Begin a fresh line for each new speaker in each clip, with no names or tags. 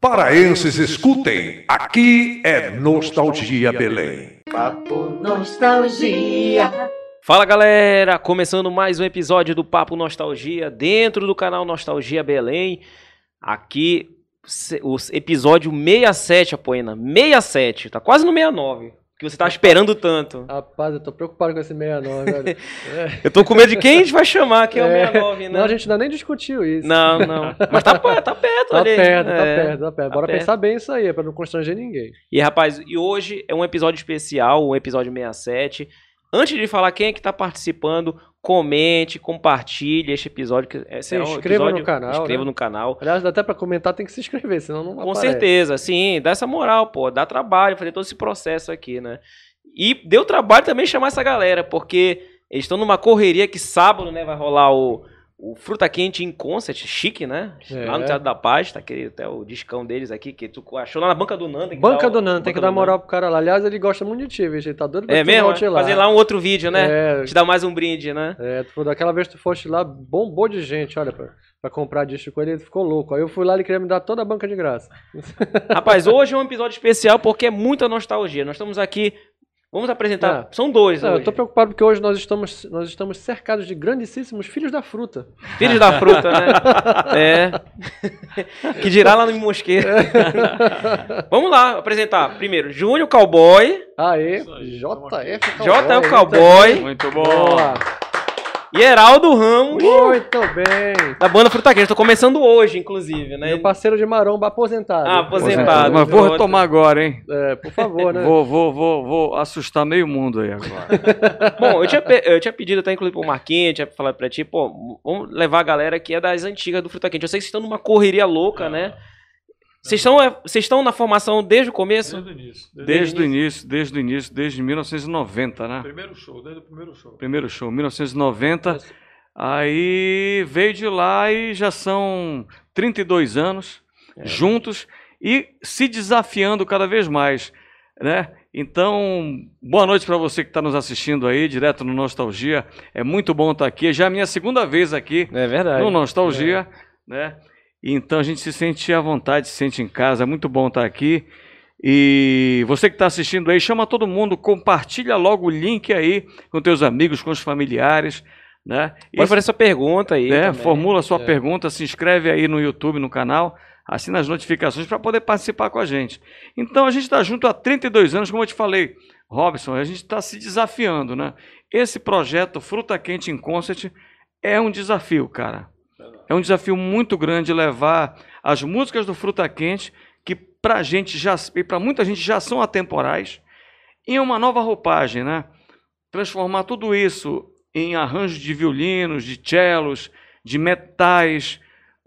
Paraenses, escutem, aqui é Nostalgia Belém.
Papo Nostalgia.
Fala galera, começando mais um episódio do Papo Nostalgia dentro do canal Nostalgia Belém. Aqui o episódio 67, Apoena, 67, tá quase no 69 que
É.
você tá esperando tanto.
Rapaz, eu tô preocupado com esse 69, velho.
É. eu tô com medo de quem a gente vai chamar que é, é o 69, né?
Não, a gente ainda nem discutiu isso.
Não, não. Mas tá, tá perto
tá
ali.
Perto, é. Tá perto, tá perto. Bora tá pensar perto. bem isso aí, pra não constranger ninguém.
E, rapaz, e hoje é um episódio especial, um episódio 67. Antes de falar quem é que tá participando, comente, compartilhe este episódio. Que um
é, se inscreva
episódio,
no canal.
Inscreva
né?
no canal.
Aliás, dá até para comentar, tem que se inscrever, senão não
Com
aparece.
certeza, sim. Dá essa moral, pô. Dá trabalho fazer todo esse processo aqui, né? E deu trabalho também chamar essa galera, porque eles estão numa correria que sábado, né, vai rolar o, o Fruta Quente em Concert, chique, né? É. Lá no Teatro da Paz, tá aquele, até o discão deles aqui, que tu achou lá na Banca do Nando.
Banca do Nando, tem que dar moral pro cara lá. Aliás, ele gosta muito de ti, viu? Ele tá doido pra
é mesmo?
Lá.
Fazer lá um outro vídeo, né? É. Te dar mais um brinde, né?
É, tu, daquela vez que tu foste lá, bombou de gente, olha, pra, pra comprar disco com ele, ele ficou louco. Aí eu fui lá, ele queria me dar toda a banca de graça.
Rapaz, hoje é um episódio especial porque é muita nostalgia. Nós estamos aqui Vamos apresentar. Ah, São dois,
né? Eu tô preocupado porque hoje nós estamos, nós estamos cercados de grandíssimos filhos da fruta.
Filhos da fruta, né? é. que dirá lá no Mosqueiro. Vamos lá apresentar. Primeiro, Júnior Cowboy.
Aê, JF
Cowboy. JF Cowboy.
Muito bom. Boa.
E Heraldo Ramos.
Muito bem.
Da banda Frutaqueira. Estou começando hoje, inclusive, né?
Meu parceiro de maromba aposentado.
Ah, aposentado.
é. Mas vou retomar agora, hein?
É, por favor, né?
vou, vou, vou, vou assustar meio mundo aí agora.
Bom, eu tinha, eu tinha pedido até, inclusive, pro Marquinhos, tinha falado pra ti, pô, vamos levar a galera que é das antigas do Fruta Quente. Eu sei que vocês estão numa correria louca, é. né? Vocês estão, é, vocês estão na formação desde o começo?
Desde o início.
Desde, desde o início, desde o início, desde 1990, né?
Primeiro show, desde o primeiro show.
Primeiro show, 1990. Nossa. Aí veio de lá e já são 32 anos é. juntos e se desafiando cada vez mais, né? Então, boa noite para você que está nos assistindo aí, direto no Nostalgia. É muito bom estar aqui. Já é a minha segunda vez aqui
é verdade.
no Nostalgia, é. né? Então a gente se sente à vontade, se sente em casa. É muito bom estar aqui. E você que está assistindo aí, chama todo mundo, compartilha logo o link aí com teus amigos, com os familiares. Né?
Pode fazer sua pergunta aí.
Né? Formula sua é. pergunta, se inscreve aí no YouTube, no canal, assina as notificações para poder participar com a gente. Então a gente está junto há 32 anos, como eu te falei, Robson, a gente está se desafiando. Né? Esse projeto Fruta Quente em Concert é um desafio, cara. É um desafio muito grande levar as músicas do Fruta Quente, que pra gente já e para muita gente já são atemporais, em uma nova roupagem, né? Transformar tudo isso em arranjos de violinos, de cellos, de metais,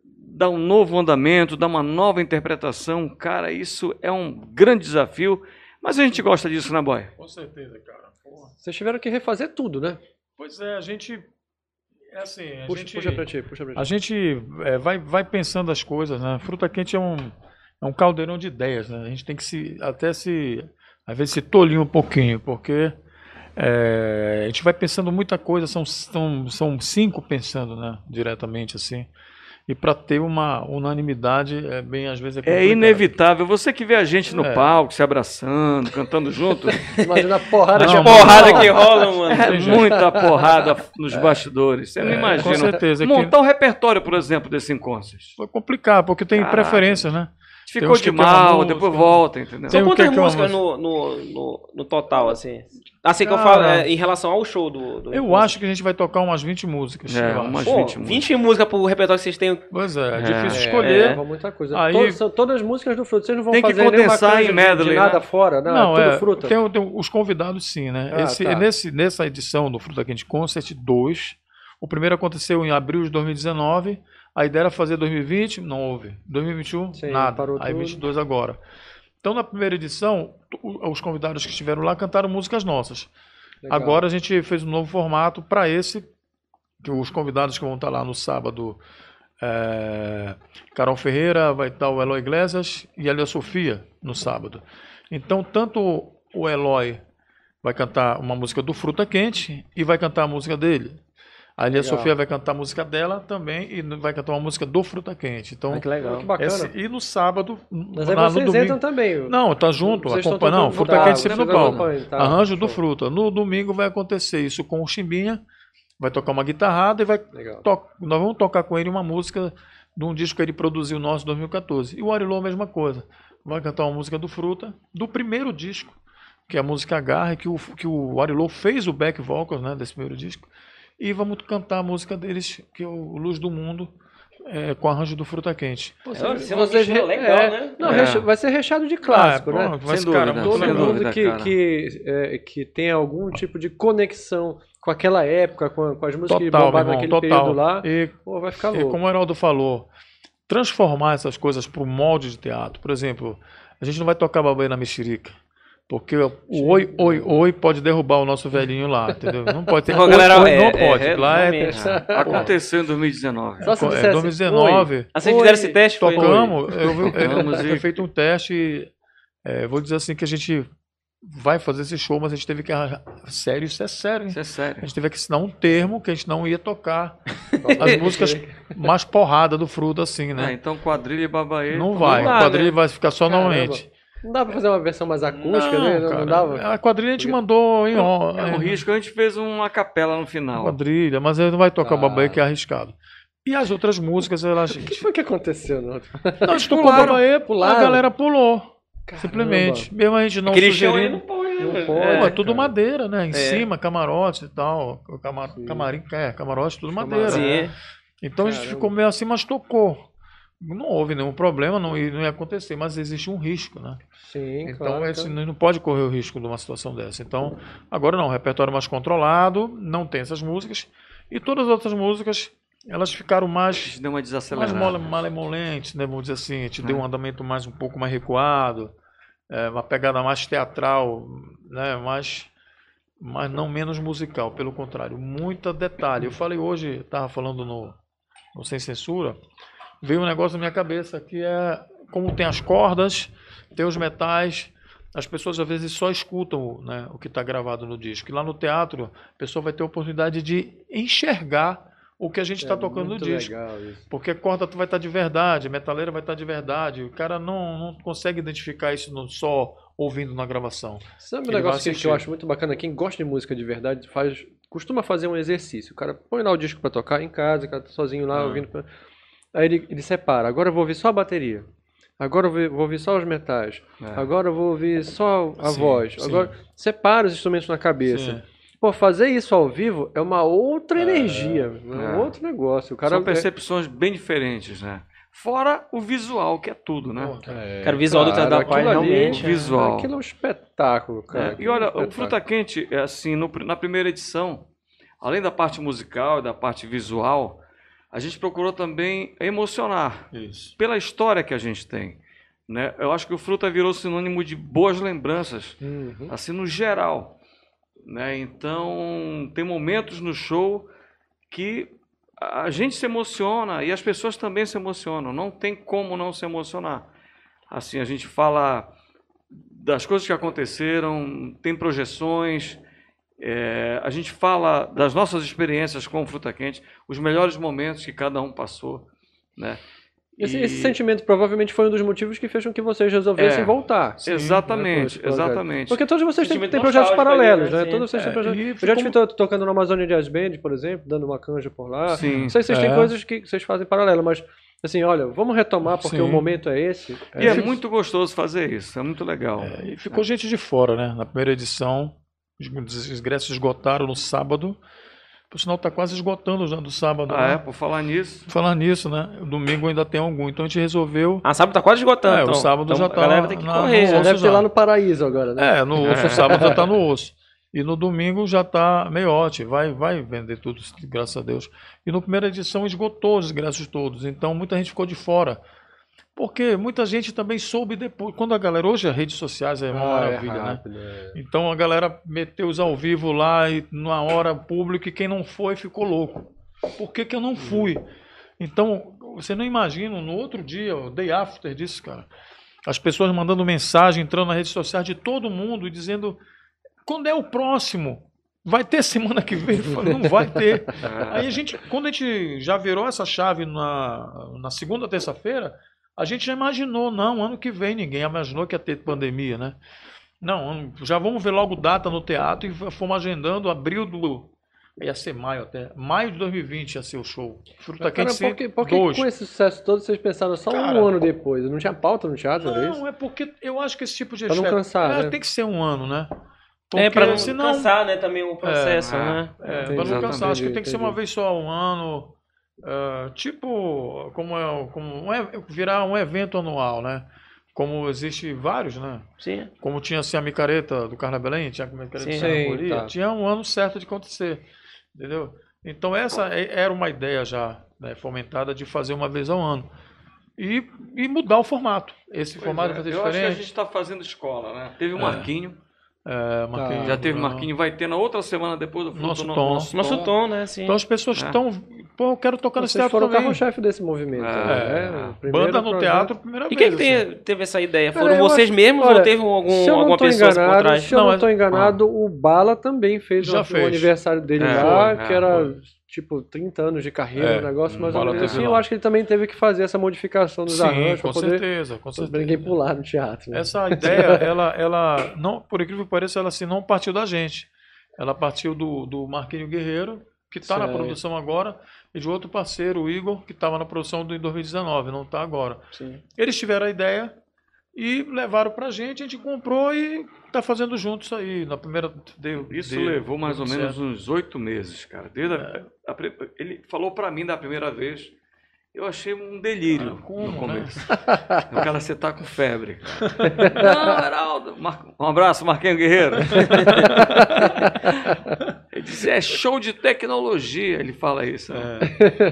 dar um novo andamento, dar uma nova interpretação. Cara, isso é um grande desafio, mas a gente gosta disso, né, boy?
Com certeza, cara. Porra.
Vocês tiveram que refazer tudo, né?
Pois é, a gente é assim, a
puxa,
gente.
Puxa pra ti, puxa pra ti.
A gente é, vai, vai pensando as coisas, né? Fruta quente é um, é um caldeirão de ideias, né? A gente tem que se. até se. às vezes se tolir um pouquinho, porque. É, a gente vai pensando muita coisa, são, são, são cinco pensando, né? Diretamente assim. E para ter uma unanimidade, é bem às vezes é,
é inevitável. Você que vê a gente no é. palco, se abraçando, cantando junto.
É
Imagina a porrada
não, de porrada não. que rola, mano.
É muita porrada nos bastidores. Você não imagina.
É. Com certeza. é
Montar um repertório, por exemplo, desse encontro.
Foi complicado, porque tem Caraca. preferência, né?
Ficou de mal, música, depois volta, entendeu?
São quantas músicas no, no, no, no, total, assim? Assim que ah, eu falo, é, em relação ao show do. do
eu
do...
acho que a gente vai tocar umas 20 músicas.
É, umas Pô, 20,
20 músicas pro repertório que vocês têm.
Pois é, é difícil escolher.
É, muita coisa. Aí, todas, são todas as músicas do Fruto. Vocês não vão
tem que
fazer
condensar em
medley,
de
nada
né?
fora, não, não é, fruta.
um, Tem, tem, os convidados sim, né? Ah, Esse, tá. nesse, nessa edição do Fruta Quente Concert 2, O primeiro aconteceu em abril de 2019. A ideia era fazer 2020, não houve. 2021,
Sim,
nada.
parou
Aí
tudo.
22 agora. Então, na primeira edição, o- os convidados que estiveram lá cantaram músicas nossas.
Legal.
Agora a gente fez um novo formato para esse, que os convidados que vão estar lá no sábado, é, Carol Ferreira, vai estar o Eloy Iglesias e a Lia Sofia no sábado. Então, tanto o Eloy vai cantar uma música do Fruta Quente e vai cantar a música dele. A Lia
Legal.
Sofia vai cantar a música dela também e vai cantar uma música do Fruta Quente. Então,
Ah, que legal.
Que é um bacana.
esse- e no sábado,
Mas aí
lá
vocês
no domingo.
entram também.
Não, tá junto.
Vocês
acompa-
estão
Não,
tudo-
fruta
tá,
quente
vocês
sempre no palco.
acompanham, tá,
Arranjo do
show.
fruta. No domingo vai acontecer isso com o Chimbinha. Vai tocar uma guitarrada e vai.
Legal.
É,
to- Nós vamos tocar com ele uma música de um disco que ele produziu nosso em 2014. E o Arilô, a mesma coisa. Vai cantar uma música do Fruta, do primeiro disco, que é a música Agarra, que o, que o Arilô fez o back vocals né, desse primeiro disco. E vamos cantar a música deles, que é o Luz do Mundo, é, com arranjo do Fruta Quente.
Pô,
É, você é um recheio legal,
é,
né?
Não,
É.
reche- vai ser recheado de clássico,
Ah,
né?
pô, mas,
Sem
cara,
dúvida,
muito
Todo
sem
legal.
mundo
dúvida,
que,
cara.
que, é, que tem algum tipo de conexão com aquela época, com, com as músicas que
Total, meu
bombaram
irmão,
naquele
total.
período lá,
E
pô, vai ficar
E
louco.
É, como o Heraldo falou, transformar essas coisas para o molde de teatro. Por exemplo, a gente não vai tocar babê na mexerica. Porque o oi, oi, oi pode derrubar o nosso velhinho lá, entendeu? Não pode ter.
Tem uma
oi,
galera-
oi,
é,
não
é,
pode.
é,
lá é,
realmente.
Aconteceu em 2019.
Só se
é
dissesse,
2019.
Assim,
Oi.
fizeram esse teste, foi.
Tocamos, eu, eu,
Tocamos
foi
e-
feito um teste. e, é, vou dizer assim que a gente vai fazer esse show, mas a gente teve que arranjar. Sério, isso é sério, hein?
Isso é sério.
A gente teve que assinar um termo que a gente não ia tocar as músicas mais porrada do fruto, assim, né?
Ah, então quadrilha e é um babaê.
Não vai.
dá,
a
né?
quadrilha vai ficar só
Caramba.
normalmente.
Não dá pra fazer uma versão mais acústica,
Não,
né? Não,
cara.
não
é
dava.
A quadrilha a gente mandou em
É
on. é um
um risco. A gente fez uma capela no final.
quadrilha, mas ele não vai tocar
Tá.
babaê que é arriscado. E as outras músicas, elas.
O que foi que aconteceu? Não?
não, a gente tocou
Pularam,
babaê,
pularam.
a galera pulou. Simplesmente. Mesmo a gente não
Aquele chão ali
sugerindo.
não pode, né?
Não
velho?
pode.
Pô,
É.
é tudo madeira, né? Em
É.
cima, camarote e tal. O Camar...
Sim.
Camarim, é, camarote, tudo
Camarim.
madeira.
Sim.
Então a gente
Caramba.
ficou meio assim, mas tocou. Não houve nenhum problema, não, ia- não ia acontecer, mas existe um risco, né?
Sim,
Então,
claro.
esse não não pode correr o risco de uma situação dessa. Então, agora não, repertório mais controlado, não tem essas músicas. E todas as outras músicas, elas ficaram
A
mais,
gente deu uma
mais
desacelerada.
mole- malemolentes, né? Vamos dizer assim, te deu um andamento mais um pouco mais recuado, é, uma pegada mais teatral, né? Mais, mas não menos musical, pelo contrário, muito detalhe. Eu falei hoje, estava falando no, no Sem Censura, veio um negócio na minha cabeça que é como tem as cordas, tem os metais. As pessoas às vezes só escutam né, o que está gravado no disco. E lá no teatro, a pessoa vai ter a oportunidade de enxergar o que a gente está tocando no
É muito
disco.
legal isso.
Porque corda tu vai estar de verdade, metaleira vai estar de verdade. O cara não, não consegue identificar isso no- só ouvindo na gravação.
Sabe um
Ele vai
negócio que- que,
assistir.
eu acho muito bacana? Quem gosta de música de verdade faz, costuma fazer um exercício. O cara põe lá o disco pra tocar em casa, o cara tá sozinho lá
Ah.
ouvindo. pra- Aí ele, ele separa. Agora eu vou ouvir só a bateria. Agora eu vou, vou ouvir só os metais.
É.
Agora eu vou ouvir só a
Sim,
voz.
sim. é.
Agora separa os instrumentos na cabeça. Pô, fazer isso ao vivo é uma outra energia, é um
é.
outro negócio. O cara
São percepções bem diferentes, né? Fora o visual, que é tudo, né?
É,
Cara, o visual do Teatro da
aquilo
Paz
ali,
realmente.
o visual.
Aquilo é um espetáculo, cara.
É, E
Aquilo é um
olha, o
espetáculo.
Fruta Quente, é assim, no pr- na primeira edição, além da parte musical e da parte visual, a gente procurou também emocionar
Isso.
pela história que a gente tem. Né? Eu acho que o Fruta virou sinônimo de boas lembranças,
Uhum.
assim, no geral. Né? Então, tem momentos no show que a a gente se emociona e as pessoas também se emocionam. Não tem como não se emocionar. Assim, a gente fala das coisas que aconteceram, tem projeções, é, a gente fala das nossas experiências com o Fruta Quente, os melhores momentos que cada um passou. Né?
Esse,
E-
esse sentimento provavelmente foi um dos motivos que fez com que vocês resolvessem
É.
voltar.
Sim,
exatamente,
né, com esse projeto.
exatamente.
Porque todos vocês têm,
Sentimento
têm projetos
nostálgico ali,
paralelos,
né?
né?
Sim.
Todos vocês
É,
têm projetos.
e
Eu já tive
ficou-
to- tocando na Amazônia Jazz Band, por exemplo, dando uma canja por lá.
Sim.
Não sei se vocês têm
É.
coisas que vocês fazem paralelo, mas assim, olha, vamos retomar porque
Sim.
o momento é esse.
E é muito gostoso fazer isso, é muito legal.
É, e ficou gente de fora, né? Na primeira edição, os- os ingressos esgotaram no sábado. Por sinal, tá quase esgotando já do sábado.
Ah,
né?
é, por falar nisso.
Falar nisso, né? Domingo ainda tem algum. Então a gente resolveu.
Ah, sábado tá quase esgotando.
É, o
então.
sábado
Então
já
a
tá
galera tem que
na-
correr. né?
no-
Já deve
gostoso
ter
já.
lá no paraíso agora, né?
É, no osso, sábado já tá no osso. E no domingo já está meiote, vai, vai vender tudo, graças a Deus. E na primeira edição esgotou os ingressos todos, então muita gente ficou de fora. Porque muita gente também soube depois. Quando a galera. Hoje as redes sociais é uma
Ah, é
maravilha, né?
rápido, é.
Então a galera meteu os ao vivo lá e na hora público e quem não foi ficou louco. Por que, que eu não fui? Então, você não imagina, no outro dia, o day after disso, cara, as pessoas mandando mensagem, entrando na rede social de todo mundo e dizendo quando é o próximo? Vai ter semana que vem? Eu falei, Não vai ter.
é.
Aí a gente, quando a gente já virou essa chave na, na segunda, terça-feira, a gente já imaginou, não, ano que vem ninguém imaginou que ia ter pandemia, né? Não, ano- já vamos ver logo data no teatro e f- fomos agendando abril do. Ia ser maio até. Maio de 2020 ia ser o show. Fruta
Cara,
Quente
por que,
Sempre
por que
dois.
com esse sucesso todo vocês pensaram só
Cara.
um ano depois? Não tinha pauta no teatro, era isso?
Não, é porque eu acho que esse tipo de
Pra não
efeito-
cansar,
É,
né?
Tem que ser um ano, né?
é, pra não
senão-
cansar, né, também o processo,
É,
né?
É,
Entendi.
pra não cansar, acho que
Entendi,
tem que ser
entendi.
uma vez só ao ano. ah, tipo, como é, o- como um e- virar um evento anual, né? Como existe vários, né?
Sim.
Como tinha assim, a micareta do Carna Belém, tinha a micareta
Sim.
do Serra
Sim,
Moreira,
tá.
tinha um ano certo de acontecer, entendeu? Então essa é- era uma ideia já né, fomentada de fazer uma vez ao ano. E, e mudar o formato. Esse formato vai ser
é. Eu acho que a
diferente.
gente está fazendo escola, né? Teve o Marquinho,
É,
Tá.
Marquinhos,
já teve
Bruno.
Marquinho, vai ter na outra semana depois do Fruta,
Nosso
no-
Tom.
Nosso tom, né, assim.
Então as pessoas
É.
estão. Pô, eu quero tocar nesse
Vocês
teatro
foram o
também.
carro-chefe desse
É.
movimento. né?
É.
O primeiro
Banda no
projeto-
teatro, primeira
E
vez.
quem que
assim.
tem- teve essa ideia?
Cara,
Foram
eu
vocês
acho-
mesmos
olha,
ou teve um, algum,
Se eu não
alguma
tô
pessoa por
enganado,
trás?
se eu
Não,
não
mas- ah.
tô enganado, o Bala também fez
Já
um,
fez.
o aniversário dele
É,
lá,
foi, é,
que era
foi.
tipo 30 anos de carreira,
É,
um negócio mais ou
Bala
menos
teve
assim. Eu
lá.
acho que ele também teve que fazer essa modificação dos arranjos
Sim,
pra
com
poder
certeza, com certeza. É
pra ninguém pular no teatro. né?
Essa ideia, ela, ela não, por incrível que pareça, ela assim, não partiu da gente. Ela partiu do, do Marquinho Guerreiro, que está na
Sei.
produção agora, e de outro parceiro, o Igor, que estava na produção do, em 2019, não está agora.
Sim.
Eles tiveram a ideia e levaram para a gente, a gente comprou e está fazendo juntos aí. Na primeira. Deu,
Isso
deu-
levou mais
deu
ou
certo. É.
menos uns oito meses, cara. Desde a- a pre- ele falou pra mim da primeira vez, eu achei um delírio
Ah, como,
no
né?
começo. O cara, você tá com febre. cara. Não, Heraldo. Mar- Um abraço, Marquinhos Guerreiro. ele disse, é show de tecnologia. Ele fala isso. né?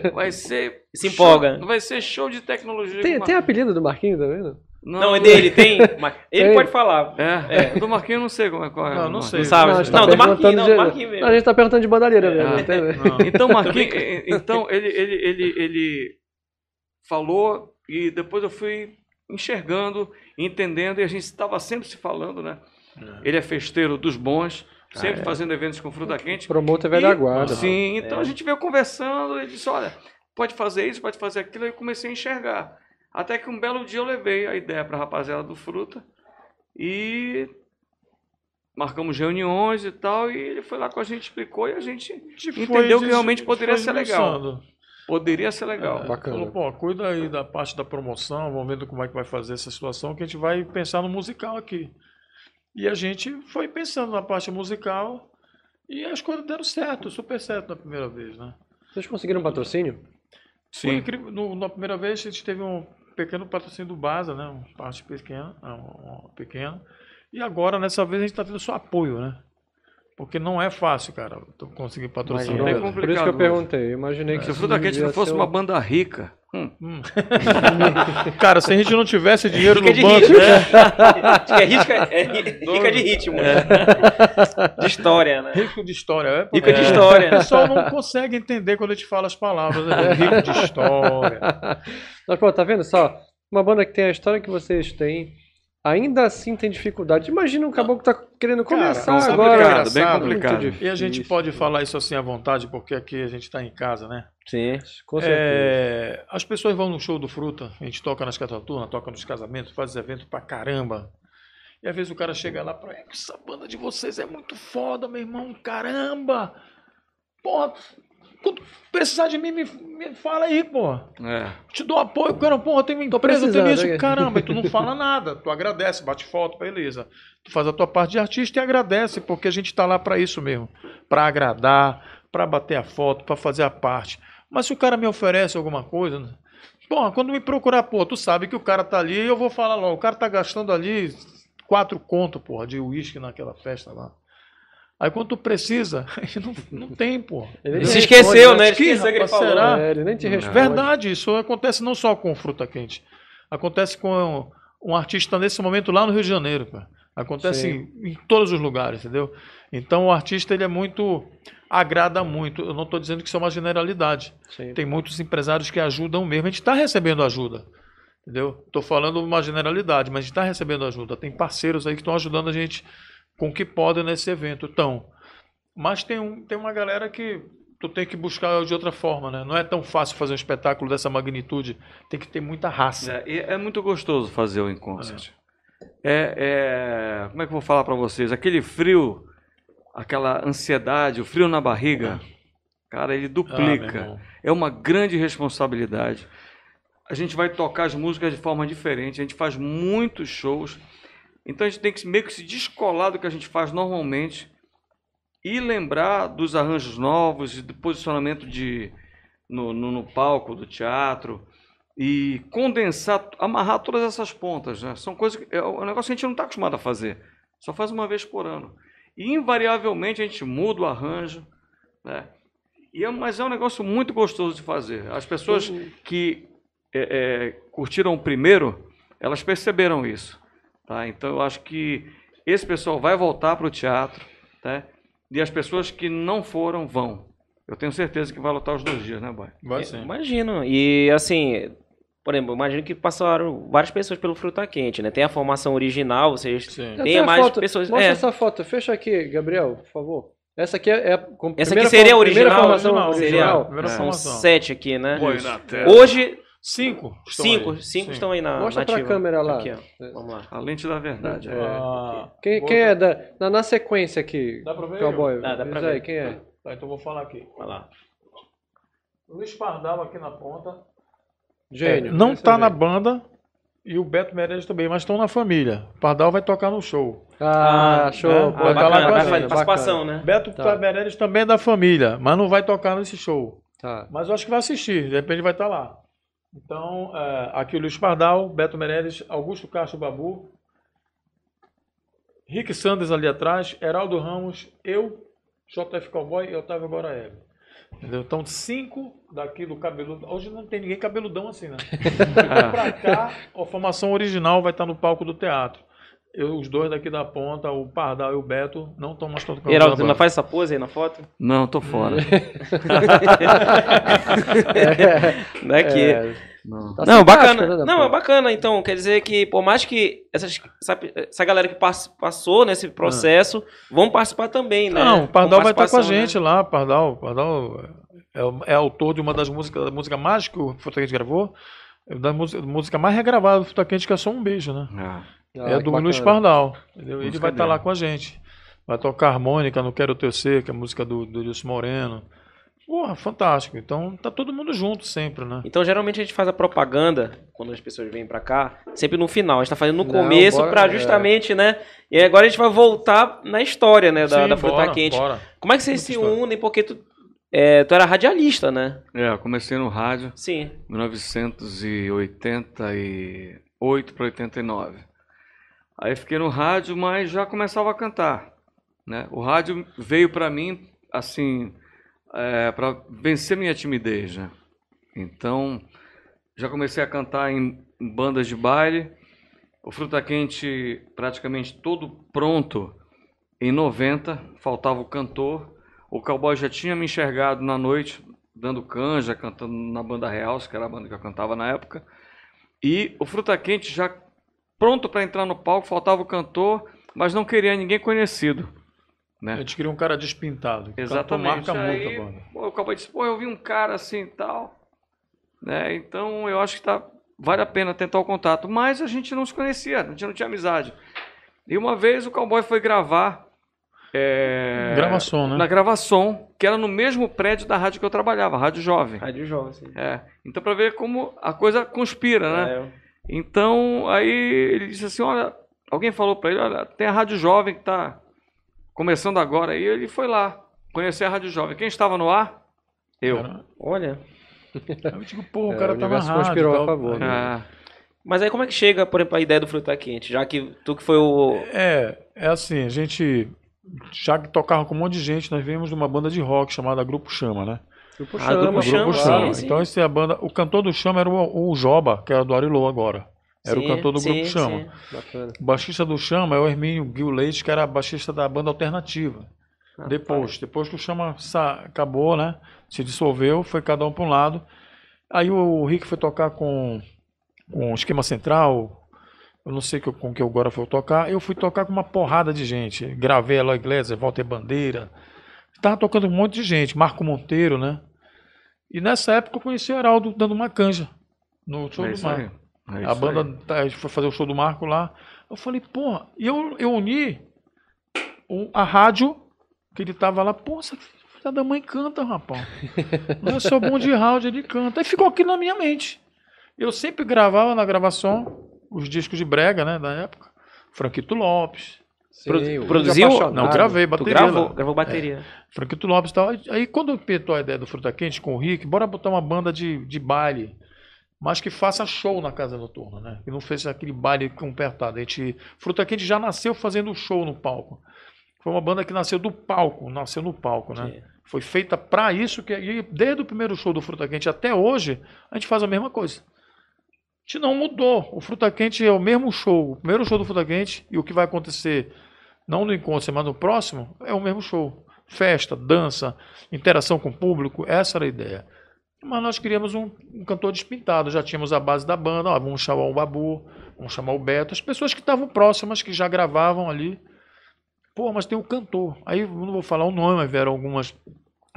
É.
Vai ser...
Se
né?
empolga.
show- vai ser show de tecnologia.
Tem,
Mar-
tem apelido do Marquinho também, né?
Não, é dele, tem. mas Ele
Tem.
pode falar.
É, do Marquinhos eu não sei como é. Qual é
Não,
o
não
nome.
sei.
Não sabe.
a
Não,
gente tá
do Marquinhos,
perguntando
não,
de-
do Marquinhos mesmo.
A gente tá perguntando de bandalheira
É.
mesmo,
Ah.
não tem, né?
Não.
Então, Marquinhos, então ele, ele, ele, ele falou e depois eu fui enxergando, entendendo e a gente estava sempre se falando, né? Ele é festeiro dos bons, sempre fazendo eventos com fruta quente.
Promotor é velho da
E-
guarda.
Sim, então
É.
a gente veio conversando, ele disse, olha, pode fazer isso, pode fazer aquilo, aí eu comecei a enxergar. Até que um belo dia eu levei a ideia para a rapaziada do Fruta e marcamos reuniões e tal, e ele foi lá com a gente, explicou e a gente
Tipo,
Entendeu
eles
que realmente poderia ser legal.
esmiuçando.
poderia ser legal.
Bacana.
É, Falou, pô, cuida aí da parte da promoção, vamos vendo como é que vai fazer essa situação, que a gente vai pensar no musical aqui. E a gente foi pensando na parte musical e as coisas deram certo, super certo na primeira vez, né?
Vocês conseguiram um patrocínio?
Por incrível- no- na primeira vez a gente teve um pequeno patrocínio do Baza, né? Uma parte pequena, ah, uma pequena. E agora, nessa vez, a gente está tendo só apoio, né? Porque não é fácil, cara, tu conseguir patrocínio.
Mas é
Hum.
Por isso que eu
complicado.
perguntei. eu Imaginei
É.
que
Se o
isso
Fruta Quente
devia
não fosse
ser um-
uma banda rica. hum,
Cara, se a gente não tivesse dinheiro
Fica
no
de
banco, né?
ritmo. né? É rica, é ri- rica de ritmo, né? De história, né?
rico de história, é?
Rica de
É.
história.
O pessoal não consegue entender quando a gente fala as palavras. né? Rico de história.
Mas, pô, tá vendo só? Uma banda que tem a história que vocês têm, ainda assim tem dificuldade. Imagina um caboclo que tá querendo começar
um
sabe o que é
agora.
complicado, bem
engraçado?
complicado.
Muito difícil.
E a gente pode falar isso assim à vontade, porque aqui a gente está em casa, né?
Sim.
Com certeza.
É, as pessoas vão no show do Fruta, a gente toca nas catatunas, toca nos casamentos, faz evento pra caramba. E às vezes o cara chega lá pra. Essa banda de vocês é muito foda, meu irmão, caramba! Porra, quando precisar de mim, me, me fala aí, porra.
é.
Te dou apoio, cara, porra, eu tenho uma empresa, eu tenho
precisando,
isso,
hein?
caramba, e tu não fala nada, tu agradece, bate foto, beleza. Tu faz a tua parte de artista e agradece, porque a gente tá lá pra isso mesmo, Pra agradar, pra bater a foto, pra fazer a parte. Mas se o cara me oferece alguma coisa, né? porra, quando me procurar, pô, tu sabe que o cara tá ali, eu vou falar logo, o cara tá gastando ali quatro conto, porra, de uísque naquela festa lá. Aí quando tu precisa, aí não, não tem, pô.
Ele
Ele
nem
se
te
esqueceu,
responde,
né?
Que,
Esqueceu que ele
rapaz,
falou.
será?
É, ele nem te
É
responde.
Verdade, isso acontece não só com fruta quente. Acontece com um artista nesse momento lá no Rio de Janeiro, cara. Acontece
Sim.
em, em todos os lugares, entendeu? Então o artista ele é muito agrada muito. Eu não estou dizendo que isso é uma generalidade.
Sim.
Tem muitos empresários que ajudam mesmo. A gente está recebendo ajuda, entendeu? Estou falando uma generalidade, mas a gente está recebendo ajuda. Tem parceiros aí que estão ajudando a gente com o que podem nesse evento. Então, mas tem, um, tem uma galera que tu tem que buscar de outra forma, né? Não é tão fácil fazer um espetáculo dessa magnitude. Tem que ter muita raça.
É, e é muito gostoso fazer o in-concert. É, é- como é que eu vou falar pra vocês? Aquele frio, aquela ansiedade, o frio na barriga, cara, ele
É. Ah, meu
duplica.
irmão.
é uma grande responsabilidade. A gente vai tocar as músicas de forma diferente, a gente faz muitos shows. Então a gente tem que meio que se descolar do que a gente faz normalmente e lembrar dos arranjos novos e do posicionamento de, no, no- no palco do teatro e condensar, amarrar todas essas pontas. Né? São coisas que, é um negócio que a gente não está acostumado a fazer. Só faz uma vez por ano. E invariavelmente a gente muda o arranjo. Né? E é, mas é um negócio muito gostoso de fazer. As pessoas que é, é, curtiram o primeiro, elas perceberam isso. Tá? Então eu acho que esse pessoal vai voltar para o teatro, tá? e as pessoas que não foram vão. Eu tenho certeza que vai lotar os dois dias, né, boy?
Vai
Eu
sim.
Imagino. E assim, por exemplo, eu imagino que passaram várias pessoas pelo Fruta Quente, né? Tem a formação original, vocês
Sim.
Eu
Tem
tenho a
mais
foto.
pessoas-
Mostra
é.
essa foto. Fecha aqui, Gabriel, por favor. Essa aqui é é a com-
Essa
primeira
aqui seria
forma-
a original,
primeira formação
original,
original.
original. Primeira
são
formação.
sete aqui, né?
Põe
Isso.
na tela.
Hoje,
Cinco. estão
cinco,
aí.
cinco
Sim.
estão aí na
Mostra
na
pra
ativa.
câmera lá.
Aqui, ó. Vamos lá.
A lente da verdade.
É.
Ah,
Quem,
boa.
quem é da, na, na sequência aqui?
Dá pra ver,
Cowboy.
Dá, dá pra
Diz aí,
ver.
quem é?
Tá, então eu vou falar aqui.
Vai lá.
Luiz Pardal aqui na ponta.
Gênio.
não
Esse
tá
é
na
gênio.
banda e o Beto Meirelles também, mas estão na família. Pardal vai tocar no show.
Ah, show.
né?
pô,
Ah,
Ah,
tá
bacana,
lá com a
vai
gente,
fazer
bacana.
participação, né?
Beto
Tá.
Meirelles também é da família, mas não vai tocar nesse show.
Tá.
Mas eu acho que vai assistir, de repente vai estar lá. Então, é, aqui o Luiz Pardal, Beto Meirelles, Augusto Castro Babu, Rick Sanders ali atrás, Heraldo Ramos, eu, JF Cowboy e Otávio Boraelli. Entendeu? Então, cinco daqui do cabeludo. Hoje não tem ninguém cabeludão assim, né? pra cá, a formação original vai estar no palco do teatro. Eu, os dois daqui da ponta, o Pardal e o Beto, não estão mais tocando.
Geraldo,
na
você
banda.
não faz essa pose aí na foto?
Não, tô fora.
Não é que...
É,
Não.
tá
Não,
simpático,
bacana.
né, da
não, é
porra?
bacana. Então, quer dizer que, por mais que essas- essa, essa galera que pass- passou nesse processo vão participar também, né?
Ah. Não, o Pardal
Com
vai estar com a
participação, né?
gente lá, Pardal. Pardal é, o- é autor de uma das músicas, da música mais que o Futa Quente gravou, é da música, música mais regravada do Futa Quente, que é só um beijo, né?
Ah,
Ah,
é
que
do
bacana.
Luiz Pardal. entendeu? Ele
Música
vai estar lá
dele.
com a gente. Vai tocar harmônica, Não Quero Teu Ser, que é a música do, do Dilson Moreno. Porra, fantástico. Então tá todo mundo junto sempre, né?
Então, geralmente a gente faz a propaganda quando as pessoas vêm pra cá, sempre no final. A gente tá fazendo no
Não,
começo
bora-
pra
é.
justamente, né? E agora a gente vai voltar na história, né, da,
Sim,
da fruta
bora,
quente.
bora.
Como é que vocês
Muita
se
história.
unem? Porque tu, é, tu era radialista, né?
É, eu comecei no rádio
Sim.
1988 para 89. Aí fiquei no rádio, mas já começava a cantar. Né? O rádio veio para mim, assim, é, para vencer minha timidez. Né? Então, já comecei a cantar em em bandas de baile. O Fruta Quente praticamente todo pronto em 90, faltava o cantor. O cowboy já tinha me enxergado na noite, dando canja, cantando na banda Real, que era a banda que eu cantava na época. E o Fruta Quente já pronto para entrar no palco, faltava o cantor, mas não queria ninguém conhecido.
A
Né?
gente queria um cara despintado. que
Exatamente.
Marca muito
Aí,
a banda.
pô, eu acabei de dizer, pô, eu vi um cara assim e tal. Né? Então eu acho que tá, vale a pena tentar o contato. Mas a gente não se conhecia, a gente não tinha amizade. E uma vez o cowboy foi gravar. é,
Gravação, né?
Na gravação, que era no mesmo prédio da rádio que eu trabalhava, Rádio Jovem.
Rádio Jovem, sim.
É. Então, pra ver como a coisa conspira, né?
É,
Então, aí ele disse assim: olha, alguém falou pra ele: olha, tem a Rádio Jovem que tá começando agora. E ele foi lá conhecer a Rádio Jovem. Quem estava no ar? Eu.
Era-
olha.
Eu digo, pô,
É,
o cara
o
tá na
universo
rádio.
conspirou
e
a
tal.
favor, né?
Ah,
Mas aí como tá é que chega, por exemplo, a ideia do Fruta Quente? Já que tu que foi o...
É, é assim, a gente já que tocava com um monte de gente, nós viemos de uma banda de rock chamada Grupo Chama, né?
Grupo
Ah,
Chama,
Grupo
Grupo
Chama,
Grupo
sim,
Chama.
sim.
Então esse é a banda, o cantor do Chama era o, o Joba, que era do Arilô agora. Era o
Sim,
cantor do
sim,
Grupo Chama.
sim.
Bacana.
O baixista do Chama é o Hermínio Gil Leite, que era baixista da banda alternativa.
Ah,
depois,
tá.
depois que o Chama sa- acabou, né? Se dissolveu, foi cada um para um lado. Aí o Rick foi tocar com, com o esquema central. Eu não sei que eu- com que eu agora foi tocar. Eu fui tocar com uma porrada de gente. Gravei Eloy Iglesias, Walter Bandeira. Tava tocando um monte de gente, Marco Monteiro, né? E nessa época eu conheci o Heraldo dando uma canja no show
É
do
isso
Marco.
aí. É
A
isso aí.
banda tá, a gente foi fazer o show do Marco lá. Eu falei, porra, e eu, eu uni o- a rádio que ele tava lá, pô, essa filha da mãe canta, rapaz. Não é só bom de rádio, ele canta. Aí ficou aquilo na minha mente. Eu sempre gravava na gravação os discos de brega, né, da época. Franquito Lopes.
Sim,
Pro-
o Grande
produziu? Ah,
Apaixonado.
Não, gravei,
Tu
bateria. né?
gravou,
lá.
gravou bateria.
Franquito Lopes e tal. Aí- Aí quando eu pintou a ideia do Fruta Quente com o Rick, bora botar uma banda de, de baile, mas que faça show na casa noturna, né? Que não fez aquele baile com apertado. A gente, Fruta Quente já nasceu fazendo show no palco. Foi uma banda que nasceu do palco, nasceu no palco, né?
Sim.
Foi feita pra isso que e desde o primeiro show do Fruta Quente até hoje, a gente faz a mesma coisa. A gente não mudou. O Fruta Quente é o mesmo show. O primeiro show do Fruta Quente e o que vai acontecer não no encontro, mas no próximo, é o mesmo show. Festa, dança, interação com o público, essa era a ideia. Mas nós queríamos um, um cantor despintado, já tínhamos a base da banda, ó, vamos chamar o Babu, vamos chamar o Beto, as pessoas que estavam próximas, que já gravavam ali. Pô, mas tem um cantor. Aí eu não vou falar o nome, mas vieram algumas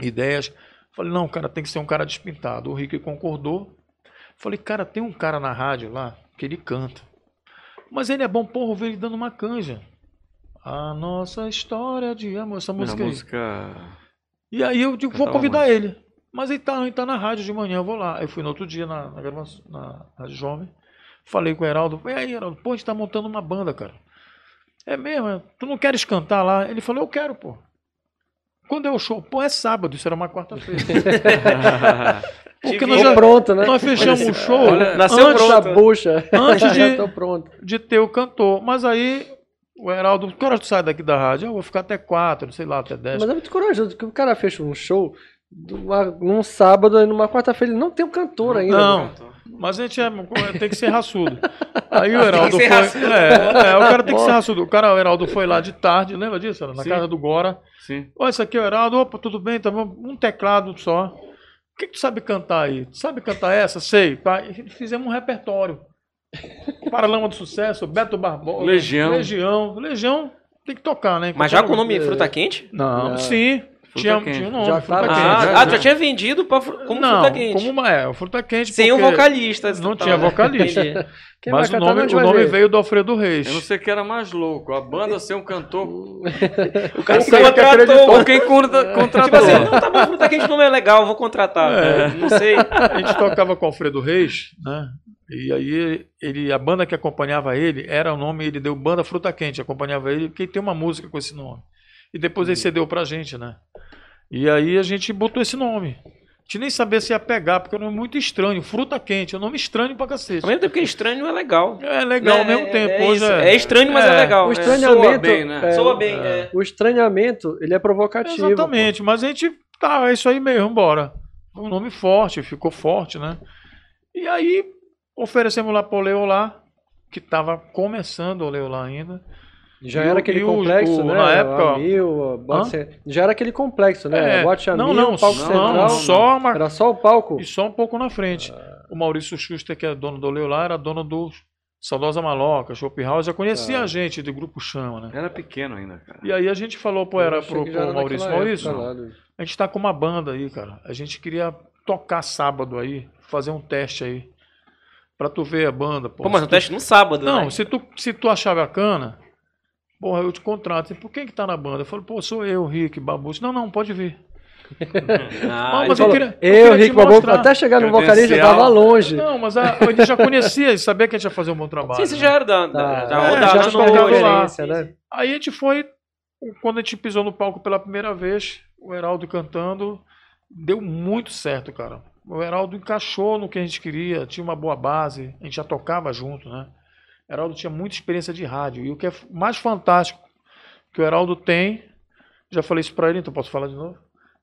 ideias. Falei, não, cara, tem que ser um cara despintado. O Rick concordou. Falei, cara, tem um cara na rádio lá que ele canta. Mas ele é bom, porra, eu vi ele dando uma canja. A nossa história de amor, essa
Primeira
música aí.
música.
E aí eu digo, vou
Cantava
tá
convidar
muito.
ele. Mas ele tá, ele tá na rádio de manhã, eu vou lá. Eu fui no outro dia na, na gravação, na Rádio Jovem. Falei com o Heraldo. E aí, Heraldo, pô, a gente tá montando uma banda, cara. É mesmo? é? Tu não queres cantar lá? Ele falou, eu quero, pô. Quando é o show? Pô, é sábado, isso era uma quarta-feira. Porque nós,
Tô
já-
pronto, né?
nós fechamos o show
nasceu
antes,
Antes da bucha.
antes
Já
de,
tô pronto.
de ter o cantor. Mas aí o Heraldo, que horas tu sai daqui da rádio? "Ah, Eu vou ficar até quatro, sei lá, até dez.
Mas é muito corajoso, porque o cara fecha um show numa- num sábado e numa quarta-feira ele não tem um cantor ainda.
Não, mas a gente é, tem que ser raçudo. Aí o Heraldo
ser
foi.
raçudo.
É, é, o cara tem que
Bom.
ser raçudo. O cara, o Heraldo foi lá de tarde, lembra disso? Era Na
Sim.
casa do Gora.
Sim.
Olha, isso aqui é o Heraldo. Opa, tudo bem? Tá bom? Um teclado só. O que, que tu sabe cantar aí? Tu sabe cantar essa? Sei. Pá. E Fizemos um repertório. Paralama do Sucesso, Beto Barbosa.
Legião.
Legião. Legião tem que tocar, né?
Mas já com o nome Fruta Quente?
Não,
Não.
sim. Tinha,
Quente.
tinha um nome.
Já
Fruta
tava-
Quente.
ah,
já,
ah,
já.
já tinha vendido pra, fru- Ah, como
não,
Fruta Quente.
Como uma, é, o Fruta Quente.
Sem o
porque-
vocalista.
não
tá,
tinha
né?
vocalista.
Entendi.
Quem vai
Mas o
cantar,
nome,
onde
o
vai
nome
ver?
veio do Alfredo
Eu não
Reis.
sei o que era mais louco. A banda ser um cantor.
O cara
Ou quem
contratou.
Ou quem contra-
Tipo
contratou.
assim, não, tá bom, Fruta Quente não é legal, vou contratar.
É.
Não sei.
A gente tocava com o Alfredo Reis, né? E aí ele, a banda que acompanhava ele era o nome, ele deu banda Fruta Quente, acompanhava ele, porque tem uma música com esse nome. E depois ele
Uhum.
cedeu pra gente, né? E aí a gente botou esse nome. A gente nem sabia se ia pegar, porque era um nome muito estranho. Fruta Quente, é um nome estranho pra cacete.
Ao mesmo tempo que é estranho, não é legal.
É legal ao mesmo
É-
tempo.
É,
Hoje
isso. é estranho, mas é,
é.
legal.
O
né?
estranhamento,
bem, né?
é,
Soa bem, é.
o estranhamento, ele é provocativo.
Exatamente, mas a gente tá, é isso aí mesmo, bora. Foi Um nome forte, ficou forte, né? E aí oferecemos lá pro Leolá, que tava começando o Leolá ainda.
pô. Já
E o-
era aquele
e o-
complexo,
o-
né?
na época,
A Mil, a Bota
hã?
Cen- já era aquele complexo, né?
É,
Bote a
não,
Mil,
não,
palco
não,
central.
não, só uma
Era só o palco.
e só um pouco na frente. O Maurício Schuster, que é dono do Leolá, era dono do Saudosa Maloca, Shop House, já conhecia
Ah.
a gente do grupo Chama, né?
Era pequeno ainda, cara.
E aí a gente falou pro, era,
É. Eu achei
pro,
que
pro
já era
Maurício,
naquela
Maurício,
época lá do-
A gente tá com uma banda aí, cara. A gente queria tocar sábado aí, fazer um teste aí. Pra tu ver a banda.
Pô, mas
se
o
tu-
teste no sábado,
Não,
né?
se tu, se tu achar bacana, porra, eu te contrato. Por quem que tá na banda? Eu falo, pô, sou eu, Rick, Babu. Disse, Não, não, pode vir.
Ah, então-
mas eu
Falou,
queria- eu
eu,
queria
Rick
te
Babu,
mostrar.
até chegar no vocalista,
Credencial.
tava longe.
Não, mas a, a gente já conhecia e sabia que a gente ia fazer um bom trabalho.
Sim, você já era da, da,
Tá,
da
é,
rodada,
já
né?
tinha
referência,
Sim, sim.
né?
Aí a gente foi, quando a gente pisou no palco pela primeira vez, o Heraldo cantando, deu muito certo, cara. O Heraldo encaixou no que a gente queria, tinha uma boa base, a gente já tocava junto, né? O Heraldo tinha muita experiência de rádio. E o que é f- mais fantástico que o Heraldo tem já falei isso pra ele, então posso falar de novo.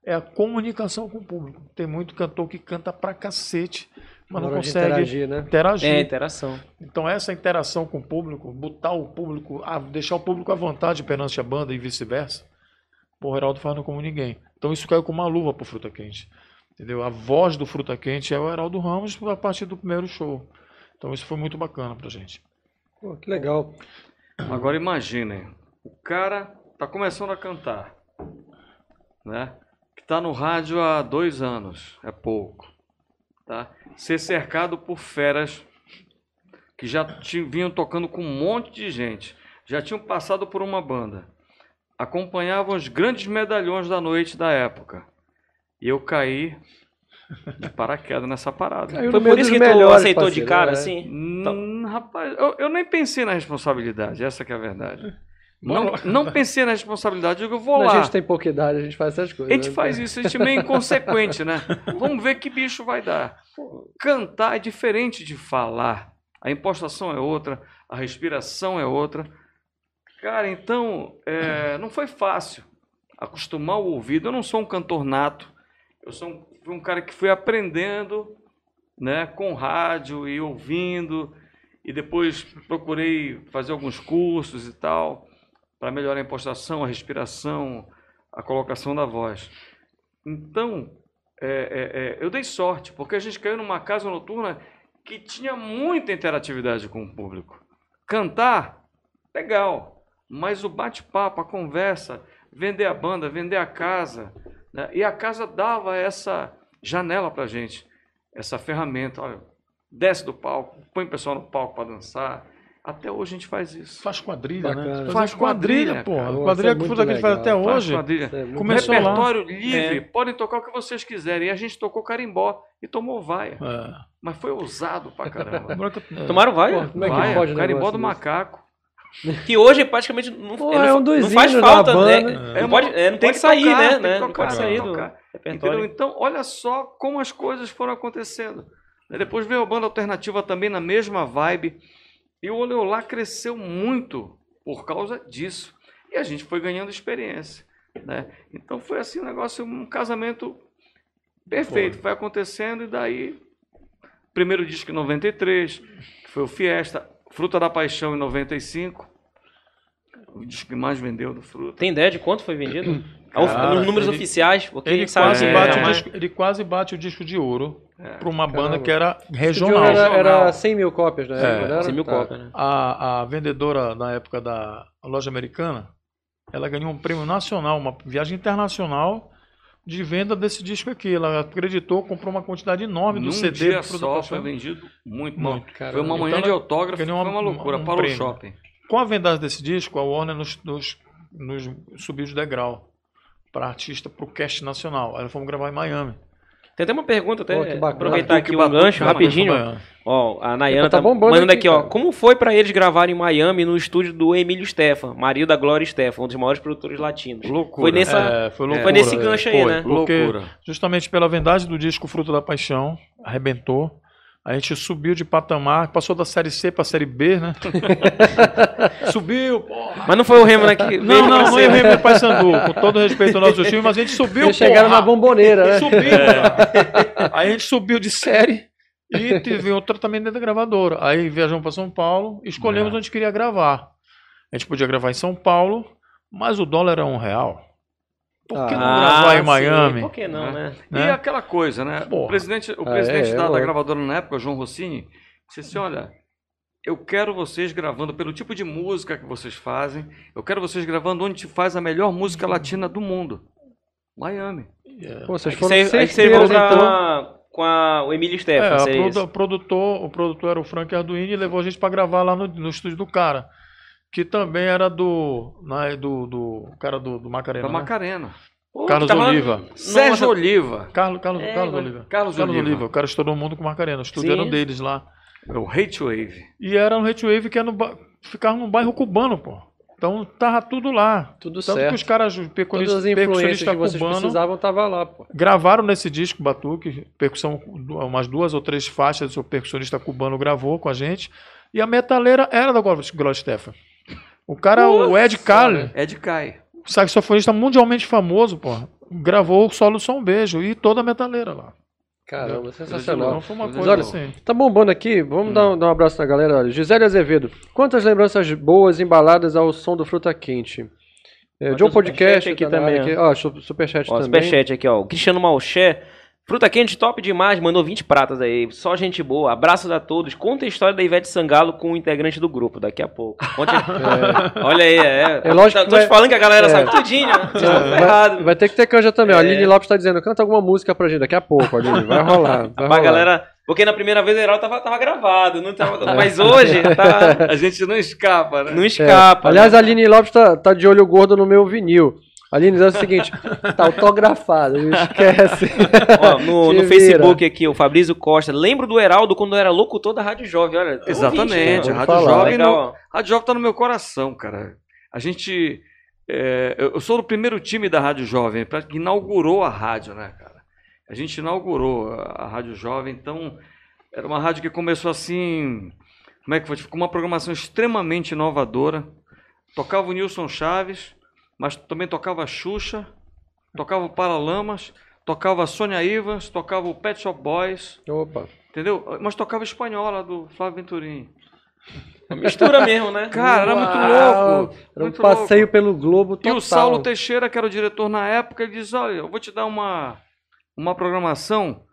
É a comunicação com o público. Tem muito cantor que canta pra cacete,
Na
mas não
hora de
consegue interagir.
interagir, né?
É, interação.
Então essa interação com o público, botar o público, a- deixar o público à vontade perante a banda e vice-versa, pô, o Heraldo faz não como ninguém. Então isso caiu com uma luva pro Fruta Quente. Entendeu? A voz do Fruta Quente é o Heraldo Ramos a partir do primeiro show. Então isso foi muito bacana pra gente.
Pô, que legal.
Agora imaginem, o cara tá começando a cantar, né? Que tá no rádio há dois anos, é pouco, tá? Ser cercado por feras que já ti- vinham tocando com um monte de gente, já tinham passado por uma banda, acompanhavam os grandes medalhões da noite da época. E eu caí de paraquedas nessa parada.
Caiu no
Foi
meio
por isso
dos
que tu
melhores,
aceitou de
parceiro,
cara,
é.
assim?
Hum, rapaz, eu, eu nem pensei na responsabilidade, essa que é a verdade. Não, não pensei na responsabilidade, eu digo, eu vou
Quando
lá.
a gente tem pouca idade, a gente faz essas coisas.
A gente
né?
faz isso, a gente é meio inconsequente, né? Vamos ver que bicho vai dar. Cantar é diferente de falar. A impostação é outra, a respiração é outra. Cara, então, é, não foi fácil acostumar o ouvido. Eu não sou um cantor nato. Eu sou um, fui um cara que fui aprendendo né, com rádio e ouvindo. E depois procurei fazer alguns cursos e tal para melhorar a impostação, a respiração, a colocação da voz. Então, é, é, é, eu dei sorte, porque a gente caiu numa casa noturna que tinha muita interatividade com o público. Cantar, legal, mas o bate-papo, a conversa, vender a banda, vender a casa, né? e a casa dava essa janela para gente, essa ferramenta. Olha, desce do palco, põe o pessoal no palco para dançar. Até hoje a gente faz isso.
Faz quadrilha,
Bacana.
né?
Faz quadrilha,
pô.
cara.
Isso é
Quadrilha que o
muito
Fruta Quente faz
legal.
até
Faz
hoje.
quadrilha.
Isso é muito
Começou
legal.
lá.
Repertório livre, podem tocar o que vocês quiserem. E a gente tocou carimbó e tomou vaia.
É.
Mas foi ousado pra caramba.
Agora que eu-
Tomaram
Pô,
vaia.
como é que
Vaia,
pode um
carimbó
negócio
do
desse?
macaco.
Que hoje praticamente não,
Pô,
não-
é um dos
não faz
hinos da
falta,
banda.
né?
É,
Não, pode, é, não tem
pode
que sair,
tocar,
né?
tem que
né? Não
tocar,
pode sair
tem que
do
tocar.
repertório.
Entendeu? Então, olha só como as coisas foram acontecendo. Aí Depois veio a banda alternativa também na mesma vibe. E o Oleolá cresceu muito por causa disso. E a gente foi ganhando experiência. Né? Então foi assim um negócio, um casamento perfeito. Foi acontecendo e daí. Primeiro disco em 93, que foi o Fiesta. Fruta da Paixão em 95. O disco que mais vendeu do Fruta.
Tem ideia de quanto foi vendido? Ao-
Cara,
nos números
ele-
oficiais, porque
Ele
sabe
quase,
que-
bate
é,
o
mas-
disco, ele quase bate o disco de ouro
É.
para uma banda
Caramba.
que era
Esse jogo
regional.
Era, era
Regional.
100 mil cópias, né?
É,
Era?
100 mil
Tá.
cópias, né?
A, a vendedora na época da loja americana, ela ganhou um prêmio nacional, uma viagem internacional de venda desse disco aqui. Ela acreditou, comprou uma quantidade enorme do
Num
CD
dia
pro
só
Paixão.
foi vendido muito,
Muito.
mal. Foi uma
Então
manhã
ela
de autógrafo, foi
ganhou uma-
uma loucura,
um
parou o
prêmio.
shopping.
Com a vendagem desse disco, a Warner nos, nos, nos subiu de degrau para artista, para o cast nacional. Aí nós fomos gravar em Miami.
Tem até uma pergunta, até
Pô, que bacana.
aproveitar aqui
Batuque,
um
batuque,
gancho
batuque,
rapidinho.
Miami.
Ó, a Nayana
Tá
tá,
bombando
mandando
aqui,
aqui, ó.
cara.
Como foi pra eles gravarem em Miami no estúdio do Emílio Stefan, marido da Glória Stefan, um dos maiores produtores latinos?
Loucura.
Foi nessa,
É, foi, loucura,
foi nesse
é.
gancho aí,
Foi,
né?
porque-
Loucura.
justamente pela vendagem do disco Fruto da Paixão, arrebentou. A gente subiu de patamar, passou da série C para a série B, né? subiu, porra!
Mas não foi o Remo, né? Que
Não, não, não ia ver meu pai Sandu, com todo respeito ao nosso time, mas a gente subiu,
Eles chegaram
porra!
na bomboneira, né?
Subiu, porra. Aí a gente subiu de série e teve um tratamento dentro da gravadora. Aí viajamos para São Paulo, escolhemos onde queria gravar. A gente podia gravar em São Paulo, mas o dólar era um real. Por que não
Ah,
gravar em Miami?
Ah, Por que não, né?
E
né?
aquela coisa, né? O
Porra.
presidente, o
Ah,
presidente
é, é,
da, da
lógico.
gravadora na época, João Rossini, disse assim: olha, eu quero vocês gravando pelo tipo de música que vocês fazem, eu quero vocês gravando onde se faz a melhor música latina do mundo. Miami.
Pô, vocês
Aí
foram
vocês aí vocês
certeiros,
vão é pra-
então.
com a- o Emílio
É,
Stefan,
a
seria
produ-
isso.
o produtor, o produtor era o Frank Arduini e levou a gente pra gravar lá no, no estúdio do cara. Que também era do. Na, do, do cara do, do Macarena.
Da
né?
Macarena.
Pô, tá
Carlos
tava-
Oliva.
Sérgio Oliva.
Carlos, Carlos,
É,
Carlos
mano.
Oliva.
Carlos Oliva.
O cara estourou o mundo com Macarena. O estúdio
Sim.
era um deles lá.
É o Hate Wave.
E era no Hate Wave que era no ba... ficava num bairro cubano, pô. Então tava tudo lá.
Tudo
Tanto que
certo.
os caras
Todas as
percussionistas
influências que vocês
cubanos
precisavam tava lá, pô.
gravaram nesse disco Batuque, percussão, umas duas ou três faixas do percussionista cubano gravou com a gente. E a metaleira era da Glover Stefan. O cara, o Ed Carlin,
É de Kai.
saxofonista mundialmente famoso, porra. Gravou o solo Só um Beijo e toda a metaleira lá.
Caramba,
Então
sensacional.
foi uma
Mas
coisa
olha,
assim.
Tá bombando aqui, vamos dar, um- dar um abraço na galera. Olha, Gisele Azevedo, quantas lembranças boas embaladas ao som do Fruta Quente? É,
Olha,
John
tem superchat
Podcast
aqui
tá na área
também,
aqui. Ó, su- superchat
Ó,
também.
superchat aqui, ó. O Cristiano Malché. Fruta quente top demais, mandou 20 pratas aí. Só gente boa. Abraços a todos. Conta a história da Ivete Sangalo com o integrante do grupo daqui a pouco. Conte- Olha aí, é.
É lógico
Tô-
que
Tô
vai-
te falando que a galera
é.
sabe tudinho. né? Vocês estão
Vai-
ferrados.
Vai ter que ter canja também. ó. A
É.
Aline Lopes tá dizendo, canta alguma música pra gente daqui a pouco, Aline. Vai rolar. Vai
Pra
rolar.
galera. Porque na primeira vez o Heraldo tava, tava gravado, não tava- mas hoje tá,
A gente não escapa, né?
não
É.
escapa.
Aliás,
né?
a Aline Lopes tá, tá de olho gordo no meu vinil. Aline, é o seguinte, tá autografado, não esquece.
Ó, no,
Te
no
vira.
Facebook aqui, o Fabrício Costa. Lembro do Heraldo quando era loucutor da Rádio Jovem, olha.
Exatamente,
ouvinte,
a
né?
Rádio
falar.
Jovem
Legal,
não-
ó.
A Rádio Jovem tá no meu coração, cara. A gente. é, eu eu sou do primeiro time da Rádio Jovem, pra- que inaugurou a rádio, né, cara? A gente inaugurou a, a Rádio Jovem, então era uma rádio que começou assim. Como é que foi? Com uma programação extremamente inovadora. Tocava o Nilson Chaves, mas também tocava a Xuxa, tocava o Paralamas, tocava a Sônia Ivas, tocava o Pet Shop Boys,
Opa.
entendeu? Mas tocava a espanhola do Flávio Venturini.
Mistura mesmo, né?
Cara, era muito
Uau!
louco.
Era um
muito
passeio
louco.
pelo globo total.
E o Saulo Teixeira, que era o diretor na época, ele diz: Olha, eu vou te dar uma, uma programação,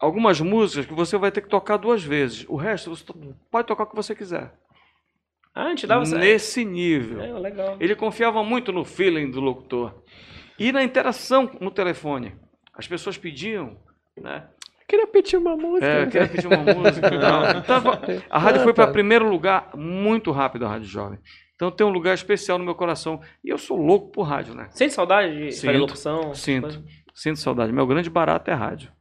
algumas músicas que você vai ter que tocar duas vezes. O resto você to- pode tocar o que você quiser.
Ah, a gente dava essa-
Nesse nível.
É, legal.
Ele confiava muito no feeling do locutor e na interação no telefone. As pessoas pediam, né?
Queria pedir uma música.
É, eu queria pedir uma música e tal. Então, a rádio foi para primeiro lugar muito rápido, a Rádio Jovem. Então tem um lugar especial no meu coração. E eu sou louco por rádio, né?
Sente saudade de
Sinto,
fazer locução? essas
Sinto.
coisas?
Sinto saudade. Meu grande barato é rádio.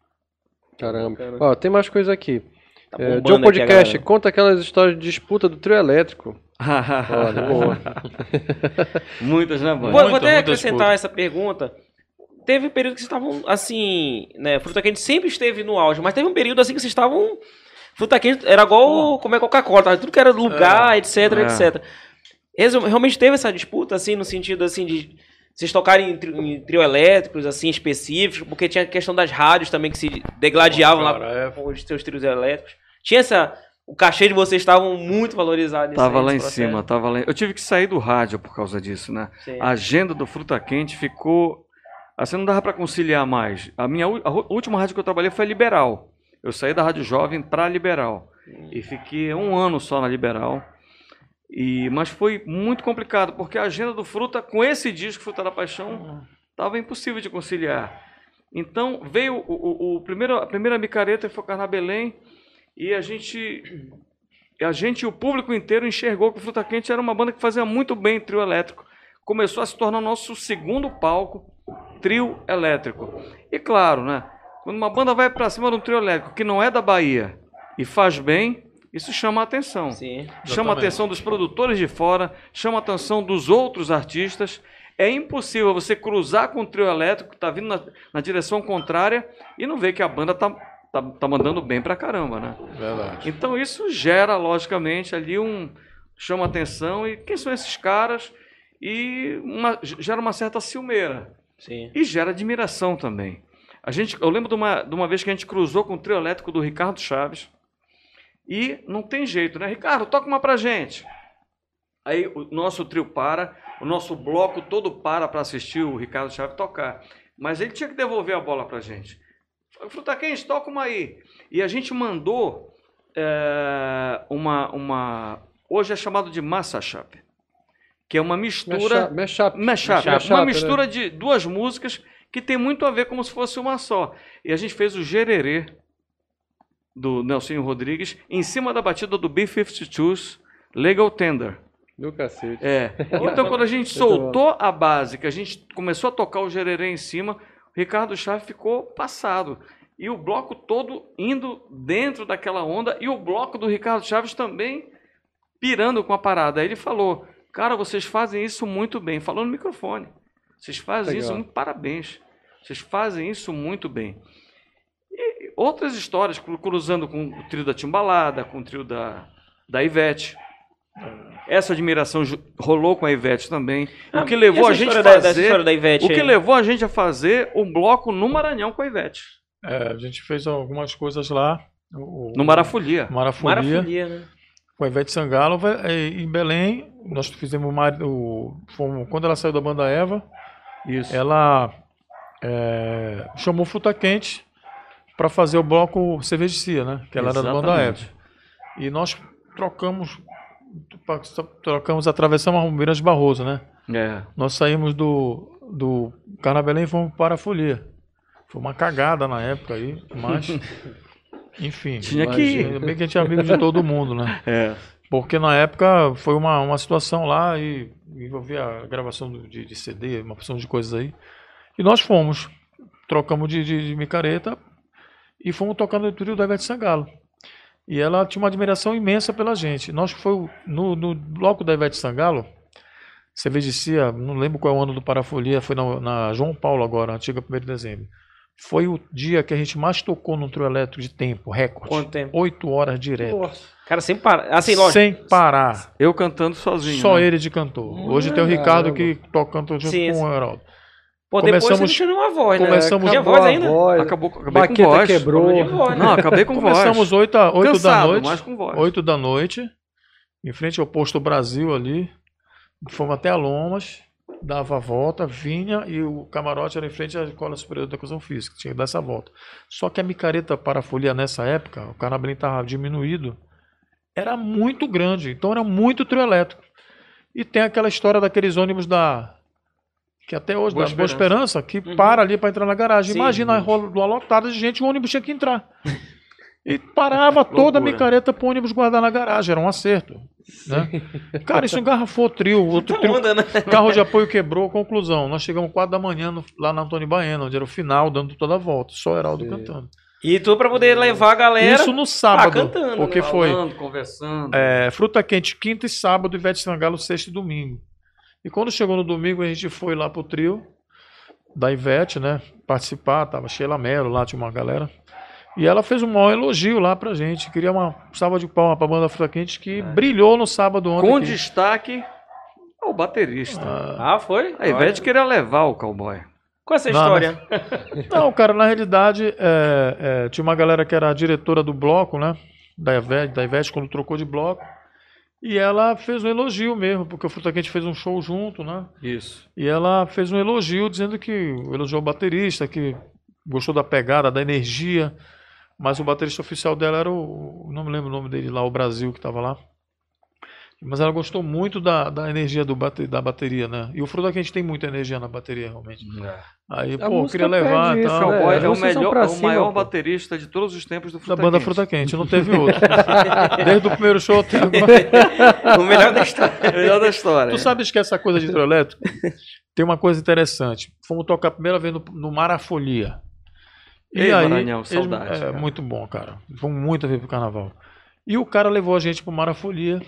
Caramba.
Cara.
Ó, tem mais coisa aqui.
Tá
É,
bombando
John
um
aqui a
Podcast,
galera.
conta aquelas histórias de disputa do trio elétrico. Olha, boa.
Muitas, né, Band?
Vou,
Muito,
vou até
muitas
acrescentar
coisas.
essa pergunta. Teve um período que vocês estavam, assim, né? Fruta quente sempre esteve no auge, mas teve um período assim que vocês estavam. Fruta quente era igual comer Coca-Cola, tava tudo que era lugar, etc,
É.
etc. Resu- Realmente teve essa disputa, assim, no sentido assim de. Vocês tocarem em, tri- em trio elétricos, assim, específicos, porque tinha a questão das rádios também que se degladiavam lá
Cara, é,
com os seus trios elétricos. Tinha essa. O cachê de vocês estavam muito valorizado nisso
Tava
aí,
lá em
nesse processo.
cima, tava lá. em- Eu tive que sair do rádio por causa disso, né?
Sim.
A agenda do Fruta Quente ficou. Assim, não dava para conciliar mais. A minha u- a ru- última rádio que eu trabalhei foi a Liberal. Eu saí da Rádio Jovem para Liberal. E fiquei um ano só na Liberal. E, mas foi muito complicado, porque a agenda do Fruta, com esse disco, Fruta da Paixão, estava impossível de conciliar. Então veio o, o- o primeiro, a primeira micareta foi tocar na Belém e a gente, a gente e o público inteiro enxergou que o Fruta Quente era uma banda que fazia muito bem trio elétrico. Começou a se tornar nosso segundo palco, trio elétrico. E claro, né? Quando uma banda vai para cima de um trio elétrico que não é da Bahia e faz bem, isso chama a atenção.
Sim.
Chama a
Exatamente.
atenção dos produtores de fora, chama a atenção dos outros artistas. É impossível você cruzar com o trio elétrico que está vindo na, na direção contrária e não ver que a banda tá, tá, tá mandando bem pra caramba, né?
é
verdade.
Então isso gera, logicamente, ali um. chama atenção e quem são esses caras? E uma- gera uma certa ciumeira.
Sim.
E gera admiração também. A gente, eu lembro de uma, de uma vez que a gente cruzou com o trio elétrico do Ricardo Chaves. E não tem jeito, né? Ricardo, toca uma pra gente. Aí o nosso trio para, o nosso bloco todo para para assistir o Ricardo Chaves tocar. Mas ele tinha que devolver a bola pra gente. Fruta quente, toca uma aí. E a gente mandou eh, uma, uma. Hoje é chamado de massa chap, que é uma mistura.
Mashup, mashup.
Mashup,
Mashup,
uma
né?
mistura de duas músicas que tem muito a ver como se fosse uma só. E a gente fez o Gererê do Nelsinho Rodrigues em cima da batida do B-52's Legal Tender.
Do cacete.
É. Então quando a gente
Muito bom.
soltou a base, que a gente começou a tocar o Gererê em cima, o Ricardo Chave ficou passado. E o bloco todo indo dentro daquela onda e o bloco do Ricardo Chaves também pirando com a parada. Aí ele falou: Cara, vocês fazem isso muito bem. Falou no microfone. Vocês fazem
Legal.
isso, muito parabéns. Vocês fazem isso muito bem. E outras histórias, cru- cruzando com o trio da Timbalada, com o trio da, da Ivete. Essa admiração ju- rolou com a Ivete também. o que
Ah,
levou
e
a
essa
gente a
história da- dessa
fazer.
história da Ivete
O que
aí?
levou a gente a fazer o bloco no Maranhão com a Ivete.
É, a gente fez algumas coisas lá. o-
No Marafolia.
Marafolia.
Marafolia, né?
Com a Ivete Sangalo. vai- é, Em Belém, nós fizemos o Mar- o, fomos- quando ela saiu da banda Eva,
Isso.
ela é, chamou Fruta Quente para fazer o bloco Cervejicia, né? Que ela era da banda Eva.
Exatamente.
E nós trocamos, trocamos, atravessamos a Romeiras Barroso, né?
É.
Nós saímos do, do Carnavelém e fomos para a Folia. Foi uma cagada na época aí, mas. enfim.
Tinha
mas
que ir.
Ainda bem que a gente é amigo de todo mundo, né?
É.
Porque na época foi uma, uma situação lá e envolvia a gravação do- de, de CD, uma opção de coisas aí. E nós fomos. Trocamos de, de, de micareta e fomos tocando o trio da Ivete Sangalo. E ela tinha uma admiração imensa pela gente. Nós que foi o- no, no bloco da Ivete Sangalo, Cervejicia, não lembro qual é o ano do Parafolia, foi na, na João Paulo agora, antiga 1 de dezembro. Foi o dia que a gente mais tocou num trio elétrico de tempo, recorde.
Quanto tempo?
Oito horas direto.
O cara sempre para. Assim, lógico.
sem parar.
Eu cantando sozinho.
Só
né?
ele de cantor. Hoje tem o Ricardo que tocando junto
Sim,
com
sim.
o Heraldo.
Pô, depois você não
Começamos-
tinha nenhuma voz, né?
começamos-
Tinha
Acabou
voz ainda?
Acabou, acabei
Baqueta
com voz.
quebrou.
Tinha voz, né?
Não, acabei com voz.
Começamos oito, a- oito da
Cansado,
noite.
mas com voz.
8 da noite, em frente ao posto Brasil ali. Fomos até a Lomas, dava a volta, vinha e o camarote era em frente à Escola Superior da Educação Física. Tinha que dar essa volta. Só que a micareta parafolia nessa época, o canablin estava diminuído, era muito grande. Então era muito trio elétrico. E tem aquela história daqueles ônibus da. Que até hoje,
Boa
da Boa Esperança, que
Uhum.
para ali para entrar na garagem.
Sim,
Imagina a
gente.
rua lotada de gente, o ônibus tinha que entrar. E parava toda a
Loucura.
micareta pro ônibus guardar na garagem, era um acerto. Né? Cara, isso engarrafou o trio, o outro
Tá
trio,
onda, né?
carro de apoio quebrou, conclusão. Nós chegamos 4 da manhã no- lá na Antônio Baena, onde era o final, dando toda a volta, só o Heraldo
Sim.
cantando.
E tu pra poder levar a galera.
Isso no sábado,
cantando,
porque
né?
foi
Falando, conversando.
é, fruta quente quinta e sábado, Ivete Sangalo sexta e domingo. E quando chegou no domingo, a gente foi lá pro trio da Ivete, né? Participar, tava Sheila Mello lá, tinha uma galera. E ela fez um maior elogio lá pra gente. Queria uma salva de palma pra banda Fruta Quente, que brilhou no sábado ontem.
Com
que-
destaque ao baterista.
Ah,
Ah, foi?
A Ivete queria levar o cowboy.
Qual é essa
Não,
história?
Não, cara, na realidade, é, é, tinha uma galera que era a diretora do bloco, né? Da Ivete, da Ivete, quando trocou de bloco. E ela fez um elogio mesmo, porque o Fruta Quente fez um show junto, né?
Isso.
E ela fez um elogio, dizendo que elogiou o baterista, que gostou da pegada, da energia. Mas o baterista oficial dela era o. Não me lembro o nome dele lá, o Brasil, que estava lá. Mas ela gostou muito da, da energia do bate, da bateria, né? E o Fruta Quente tem muita energia na bateria, realmente. Aí,
A
pô, eu
música
queria levar.
pede
e
isso,
O
tal.
né?
É. cowboy
é,
é, o
vocês são
melhor,
pra
é o
cima,
maior
pô.
baterista de todos os tempos do
da
Fruta
banda
Quente.
Fruta Quente, não teve outro. Desde o primeiro show até agora.
O melhor da história.
É o melhor da história.
Tu sabes que essa coisa de hidrelétrico tem uma coisa interessante. Fomos tocar a primeira vez no, no Marafolia.
Ei, Maranhão, saudade,
É
cara.
muito bom, cara. Fomos muita vez pro carnaval. E o cara levou a gente pro Marafolia.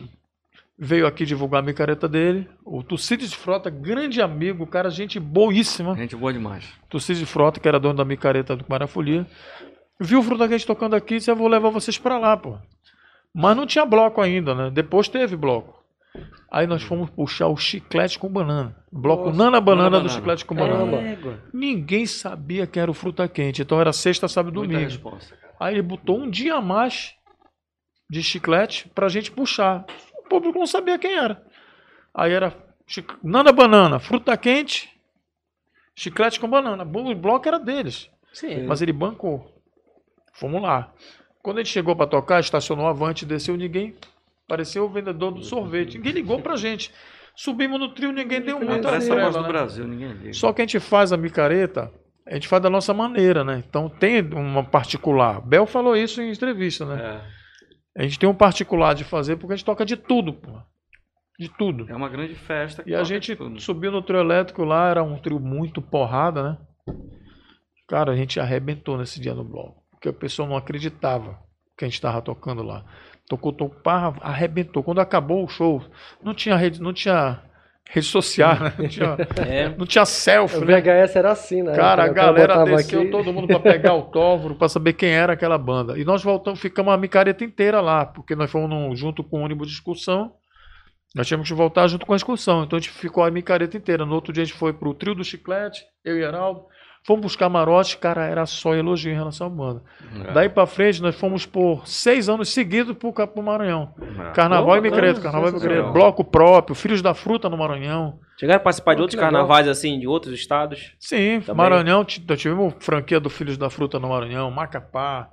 Veio aqui divulgar a micareta dele. O Tucídides Frota, grande amigo, cara, gente boíssima.
Gente boa demais.
Tucídio Frota, que era dono da micareta do Marafolia, viu o Fruta Quente tocando aqui e disse, eu vou levar vocês pra lá, pô. Mas não tinha bloco ainda, né? Depois teve bloco. Aí nós fomos puxar o chiclete com banana. O bloco
Nossa,
Nana Banana
Nana
do
Banana.
chiclete com banana.
Caramba.
Ninguém sabia que era o Fruta Quente, então era sexta, sábado e
Muita
domingo.
resposta. cara.
Aí ele botou um dia a mais de chiclete pra gente puxar. O público não sabia quem era. Aí era chic- Nana Banana, fruta quente, chiclete com banana. Bom, O bloco era deles,
Sim.
mas ele bancou. Fomos lá. Quando a gente chegou pra tocar, estacionou avante, desceu ninguém. Apareceu o vendedor do sorvete. Ninguém ligou pra gente. Subimos no trio, ninguém deu muita
Parece a
trela,
voz do
né?
Brasil, ninguém liga.
Só que a gente faz a micareta, a gente faz da nossa maneira, né? Então tem uma particular. Bel falou isso em entrevista, né?
É,
A gente tem um particular de fazer porque a gente toca de tudo, pô. De tudo.
é uma grande festa. que
E a
toca
gente
tudo.
subiu no trio elétrico lá, era um trio muito porrada, né? Cara, a gente arrebentou nesse dia no bloco. Porque a pessoa não acreditava que a gente tava tocando lá. Tocou, tocou, pá, arrebentou. Quando acabou o show, não tinha rede, não tinha rede social, né? Não tinha,
É.
não tinha selfie,
O
né?
VHS era assim, né?
Cara, a
O cara
galera
botava
desceu
aqui-
todo mundo pra pegar o autógrafo, pra saber quem era aquela banda. E nós voltamos, ficamos a micareta inteira lá, porque nós fomos num- junto com o ônibus de excursão. Nós tínhamos que voltar junto com a excursão. Então a gente ficou a micareta inteira. No outro dia a gente foi pro trio do chiclete, eu e Heraldo. Fomos buscar camarote, cara, era só elogio em relação à banda.
É,
Daí pra frente, nós fomos por seis anos seguidos pro, Cap- pro Maranhão.
é. Ah.
Carnaval
Pô,
e Micreto,
bacana,
Carnaval e Micreto.
sensacional.
Bloco próprio, Filhos da Fruta no Maranhão.
Chegaram a participar de
Pô,
outros
que legal.
carnavais, assim, de outros estados?
Sim,
Também.
Maranhão, ti- nós tivemos franquia do Filhos da Fruta no Maranhão, Macapá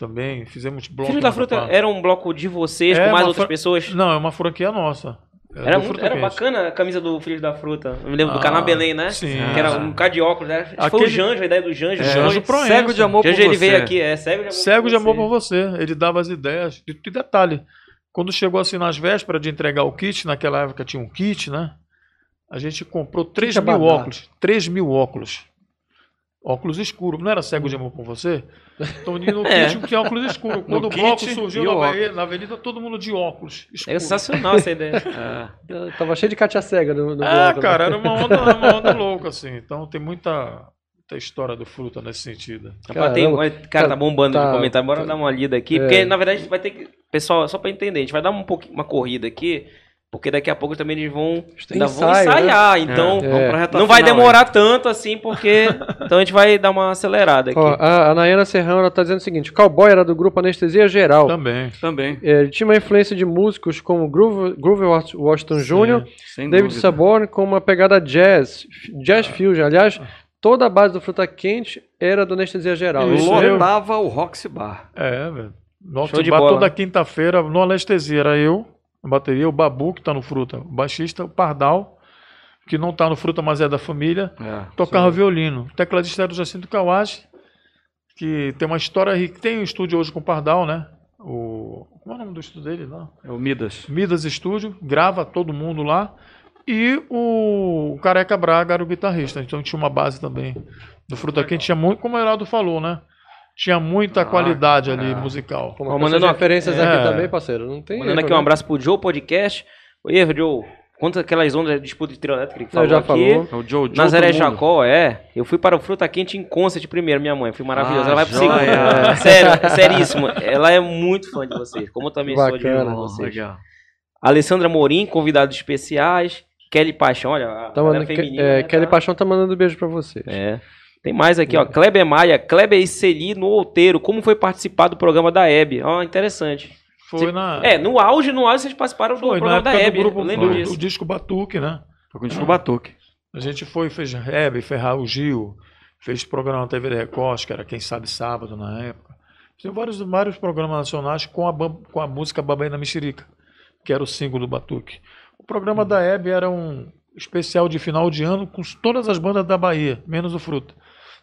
também, fizemos bloco.
Filho
em
da Fruta
Macapá.
era um bloco de vocês
É,
com mais
uma
outras
fra-
pessoas?
Não, é uma franquia nossa. É
Era,
do
muito,
Fruta
era
Quente.
bacana a camisa do Filho da Fruta. Eu me lembro do
Ah,
Canal Belém, né?
sim.
Que era um cara de óculos, né? Acho que Foi o
Ah. Aquele-
Janjo, a ideia do Janjo.
É,
foi-
Janjo Proença.
Cego de amor por
Janjo
você.
ele veio aqui, é. Cego de amor
Cego de amor por
você.
você. Ele dava as ideias. E, e detalhe, quando chegou assim nas vésperas de entregar o kit, naquela época tinha um kit, né? A gente comprou 3
é
mil
barato.
óculos. 3 mil óculos. Óculos escuro. Não era cego de amor por você? Então no
É.
kit tinha óculos escuro. Quando o
kit
bloco
e
surgiu
o
na,
óculos.
Bahia- na avenida, todo mundo de óculos.
É
escuros.
sensacional essa ideia.
É.
Eu tava cheio de Katia cega no, no
É,
bloco, né?
cara, era uma onda, uma onda louca, assim. Então tem muita, muita história do fruta nesse sentido.
Rapaz, tem-
Caramba.
olha, cara, tá bombando
Tá,
de comentário. Bora
tá.
dar uma lida aqui.
É.
Porque, na verdade, a gente vai ter que. Pessoal, só pra entender, a gente vai dar um pouquinho, uma corrida aqui. Porque daqui a pouco também eles vão,
Tem
ainda vão
ensaio, né?
ensaiar. Então,
É.
Vamos pra reta
não vai
tá final,
demorar tanto assim, porque. então a gente vai dar uma acelerada aqui.
Ó, a, a Nayana Serrão ela tá dizendo o seguinte: Cowboy era do grupo Anestesia Geral.
Também.
hein? Também.
É, Ele tinha uma influência de músicos como Groove, Groove Wash- Washington Jr.,
Sem
David
dúvida.
é
Saborn, com uma pegada jazz, f- jazz fusion. Aliás, toda a base do Fruta Quente era do Anestesia Geral.
Isso,
Isso, eu-
Lotava o Roxy Bar.
É, velho. No
Show de
Altibar,
bola. né?
toda quinta-feira, no Anestesia, era eu, a bateria, o Babu, que tá no Fruta, o baixista, o Pardal, que não tá no Fruta, mas é da família,
É.
tocava violino. O tecladista era o Jacinto Kawashi, que tem uma história rica. Tem um estúdio hoje com o Pardal, né? O... Como é o nome do estúdio dele? Não.
É o Midas.
Midas Studio, grava todo mundo lá. E o Careca Braga era o guitarrista, então tinha uma base também do Fruta Quente. Tinha muito, como o Heraldo falou, né? Tinha muita
Ah,
qualidade ali
é.
musical.
Pô, mas
Ó,
com essas
mandando-
referências
é.
aqui também, parceiro. Não tem.
Mandando aqui um abraço pro Joe Podcast. Oi, Joe. Quanto aquelas ondas de disputa de trio elétrico que
Não,
falou
já
aqui.
falou.
É o Joe Joe
Nazaré
do mundo.
Jacó, é. Eu fui para o Fruta Quente em concert primeiro, minha mãe. Fui maravilhosa.
Ah,
ela vai pro
joia.
segundo. É, Sério, é seríssimo. Ela é muito fã de vocês. Como eu também sou
Bacana.
de
Oh,
vocês.
legal.
Alessandra Morim, convidados especiais. Kelly Paixão, olha. a
Tá
galera
mandando,
feminina,
é,
né,
Kelly É.
tá?
Paixão tá mandando um beijo pra vocês.
É. Tem mais aqui, ó. Kleber Maia, Kleber e Celi no Outeiro. Como foi participar do programa da Hebe? Ó, interessante.
Foi na,
É, no auge, no auge vocês participaram do
foi na
programa da
época do
Hebe.
grupo
eu lembro
do,
disso.
do disco Batuque, né?
Tô com desculpa batuque.
A gente foi, fez Hebe, fez Raul Gil, fez programa na TV Record, que era Quem Sabe Sábado na época. Fizemos vários, vários programas nacionais com a, bam- com a música Babaina Mexerica, que era o single do Batuque. O programa da Hebe era um especial de final de ano com todas as bandas da Bahia, menos o Fruta.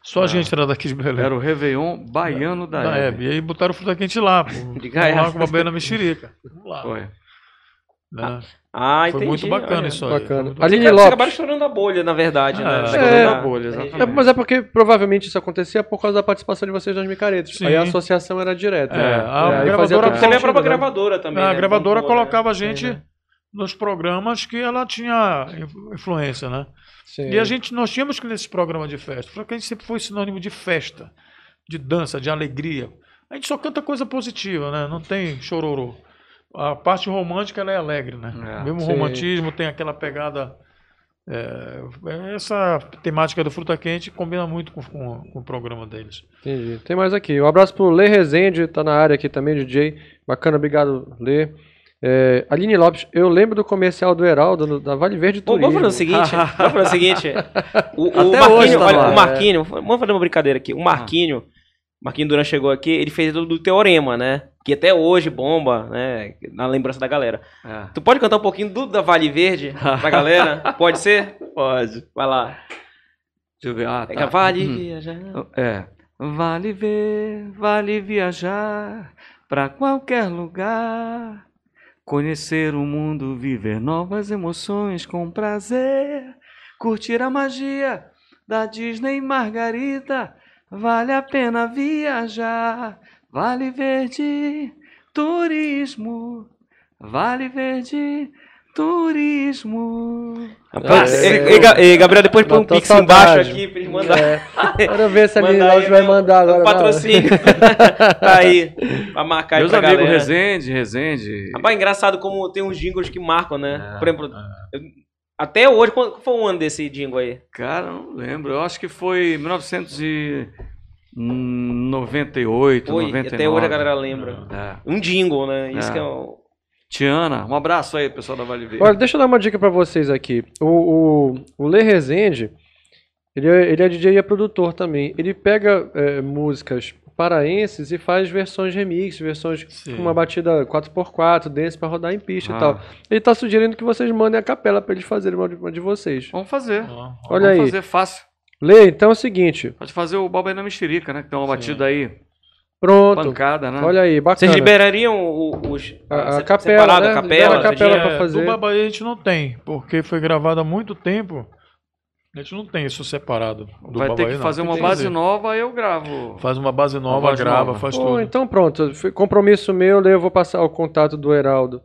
Só a
Ah.
gente era daqui de Belém.
Era o Réveillon baiano da,
da
Hebe.
Hebe. E aí botaram o Fruta Quente lá, pô.
De
Vamos lá
gaiato.
com Babaina Mexerica. Vamos lá.
Foi.
né?
Ah,
Foi
entendi.
muito bacana
olha. É,
isso aí.
bacana.
Foi muito
Ali-
Vocês acabaram-
Aline
vocês
Lopes.
acabaram estourando a bolha, na verdade, né?
É,
estourando
Ah,
a bolha,
entendi.
É, mas é porque provavelmente isso acontecia por causa da participação de vocês nas micaretas.
Sim.
Aí a associação era direta.
É,
né?
a
aí fazia todo
gravadora É.
Você é a própria
sentido, né?
gravadora também.
a
né?
Ah, gravadora
Bombou, né?
colocava a gente
É, né?
nos programas que ela tinha in- influência, né?
Sim.
E a gente, nós tínhamos que ir nesse programa de festa, porque a gente sempre foi sinônimo de festa, de dança, de alegria. A gente só canta coisa positiva, né? Não tem chororô. A parte romântica ela é alegre, né?
É,
Mesmo o
sim.
romantismo tem aquela pegada. é, essa temática do Fruta Quente combina muito com, com- com o programa deles.
Entendi. Tem mais aqui. Um abraço pro Lê Rezende, tá na área aqui também, DJ. Bacana, obrigado, Lê. É, Aline Lopes, eu lembro do comercial do Heraldo, no- da Vale Verde
Pô,
Turismo.
vamos fazer o seguinte, vamos fazer o seguinte. O, o
Até
Marquinho,
hoje tá
olha,
lá,
o Marquinho, vamos fazer uma brincadeira aqui. O Marquinho, Marquinho Duran chegou aqui, ele fez do, do Teorema, né? Que até hoje bomba, né? Na lembrança da galera.
É.
Tu pode cantar um pouquinho do da Vale Verde pra galera? pode ser? Pode. Vai lá.
Deixa eu ver. Ah,
Pega
tá.
Vale
Hum.
viajar.
É. Vale ver, vale viajar pra qualquer lugar. Conhecer o mundo, viver novas emoções com prazer. Curtir a magia da Disney Margarida. Vale a pena viajar. Vale Verde, turismo. Vale Verde, Turismo.
Rapaz, e- e- É. Ga- e, Gabriel, depois põe um
Matou
pix
saudade.
embaixo aqui pra um eles mandarem.
É. Quero ver se a
Manda
Aline
aí,
Lopes vai
meu-
mandar agora.
um
na hora.
Patrocínio. tá aí. Pra marcar aí
Meus
pra
amigos,
galera.
Resende, Resende.
Rapaz, engraçado como tem uns jingles que marcam, né? Por exemplo, eu- até hoje, quando qual foi o ano desse jingle aí?
Cara, não lembro. Eu acho que foi 1998,
Foi,
99.
até hoje a galera lembra.
É.
Um jingle, né? Isso
É.
que é o...
Tiana, um abraço aí, pessoal da Vale Verde.
Olha, deixa eu dar uma dica pra vocês aqui. O, o, o Lê Rezende, ele é, ele é DJ e é produtor também. Ele pega é, músicas paraenses e faz versões remix, versões
É. Sim.
Hum.
com uma batida 4x4, dance pra rodar em pista
Ah.
e tal. Ele tá sugerindo que vocês mandem a capela pra eles fazerem uma de, uma de vocês.
Vamos fazer.
Ó, ó.
Olha
Vamos
aí.
fazer fácil.
Lê, então é o seguinte.
Pode fazer o Balba na Mexerica, né? Que tem uma batida aí,
Pronto.
pancada, né?
Olha aí,
Vocês
bacana.
liberariam o- os...
A- a
se-
capela,
separado,
né?
a capela,
Libera a
tudinho?
capela pra fazer.
Do Babaí a gente não tem, porque foi gravado há muito tempo. A gente não tem isso separado. Do
Vai ter
Babaí,
que
não.
fazer
Tem
uma
que
base
fazer.
nova, eu gravo.
Faz uma base nova,
base
grava,
nova.
faz
Pô,
tudo.
então pronto, F- compromisso meu, Lê, eu vou passar o contato do Heraldo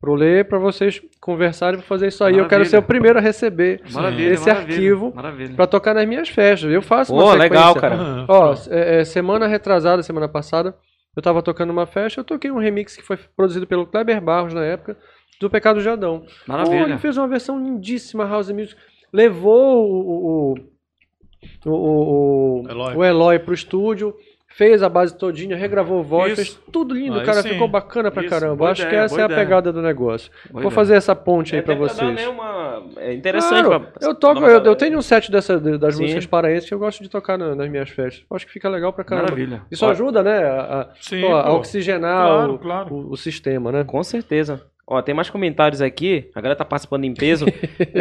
pro Lê pra vocês conversarem pra fazer isso aí. Eu quero
Maravilha.
ser o primeiro a receber
Maravilha,
esse
maravilha,
arquivo
Maravilha.
pra tocar nas minhas festas. Eu faço
Pô,
uma sequência.
legal, cara.
Ah,
Ó, s- é- é, semana retrasada, semana passada, eu tava tocando uma festa, eu toquei um remix que foi produzido pelo Kleber Barros na época, do Pecado Jadão. Pô, ele
Maravilha.
fez uma versão lindíssima, House Music. Levou o, o, o, o, o-
Eloy.
o Eloy pro estúdio, fez a base todinha, regravou voz,
Isso.
fez tudo lindo,
Aí
cara.
sim.
Ficou bacana pra
Isso,
caramba.
boa
Acho que
ideia,
essa
boa
é a
ideia.
pegada do negócio.
Boa
Vou
ideia.
fazer essa ponte aí
É
pra
até pra dar,
vocês.
né, uma- É interessante.
Claro,
pra-
eu toco,
pra-
eu, eu tenho um set dessa, das
Sim.
músicas paraenses que eu gosto de tocar na- nas minhas festas. Acho que fica legal pra caramba.
Maravilha.
Isso ajuda, né? A, a-
Sim,
pô, a
pô.
oxigenar
Claro,
o-
claro.
o- o sistema, né?
Com certeza. Ó, tem mais comentários aqui. A galera tá participando em peso.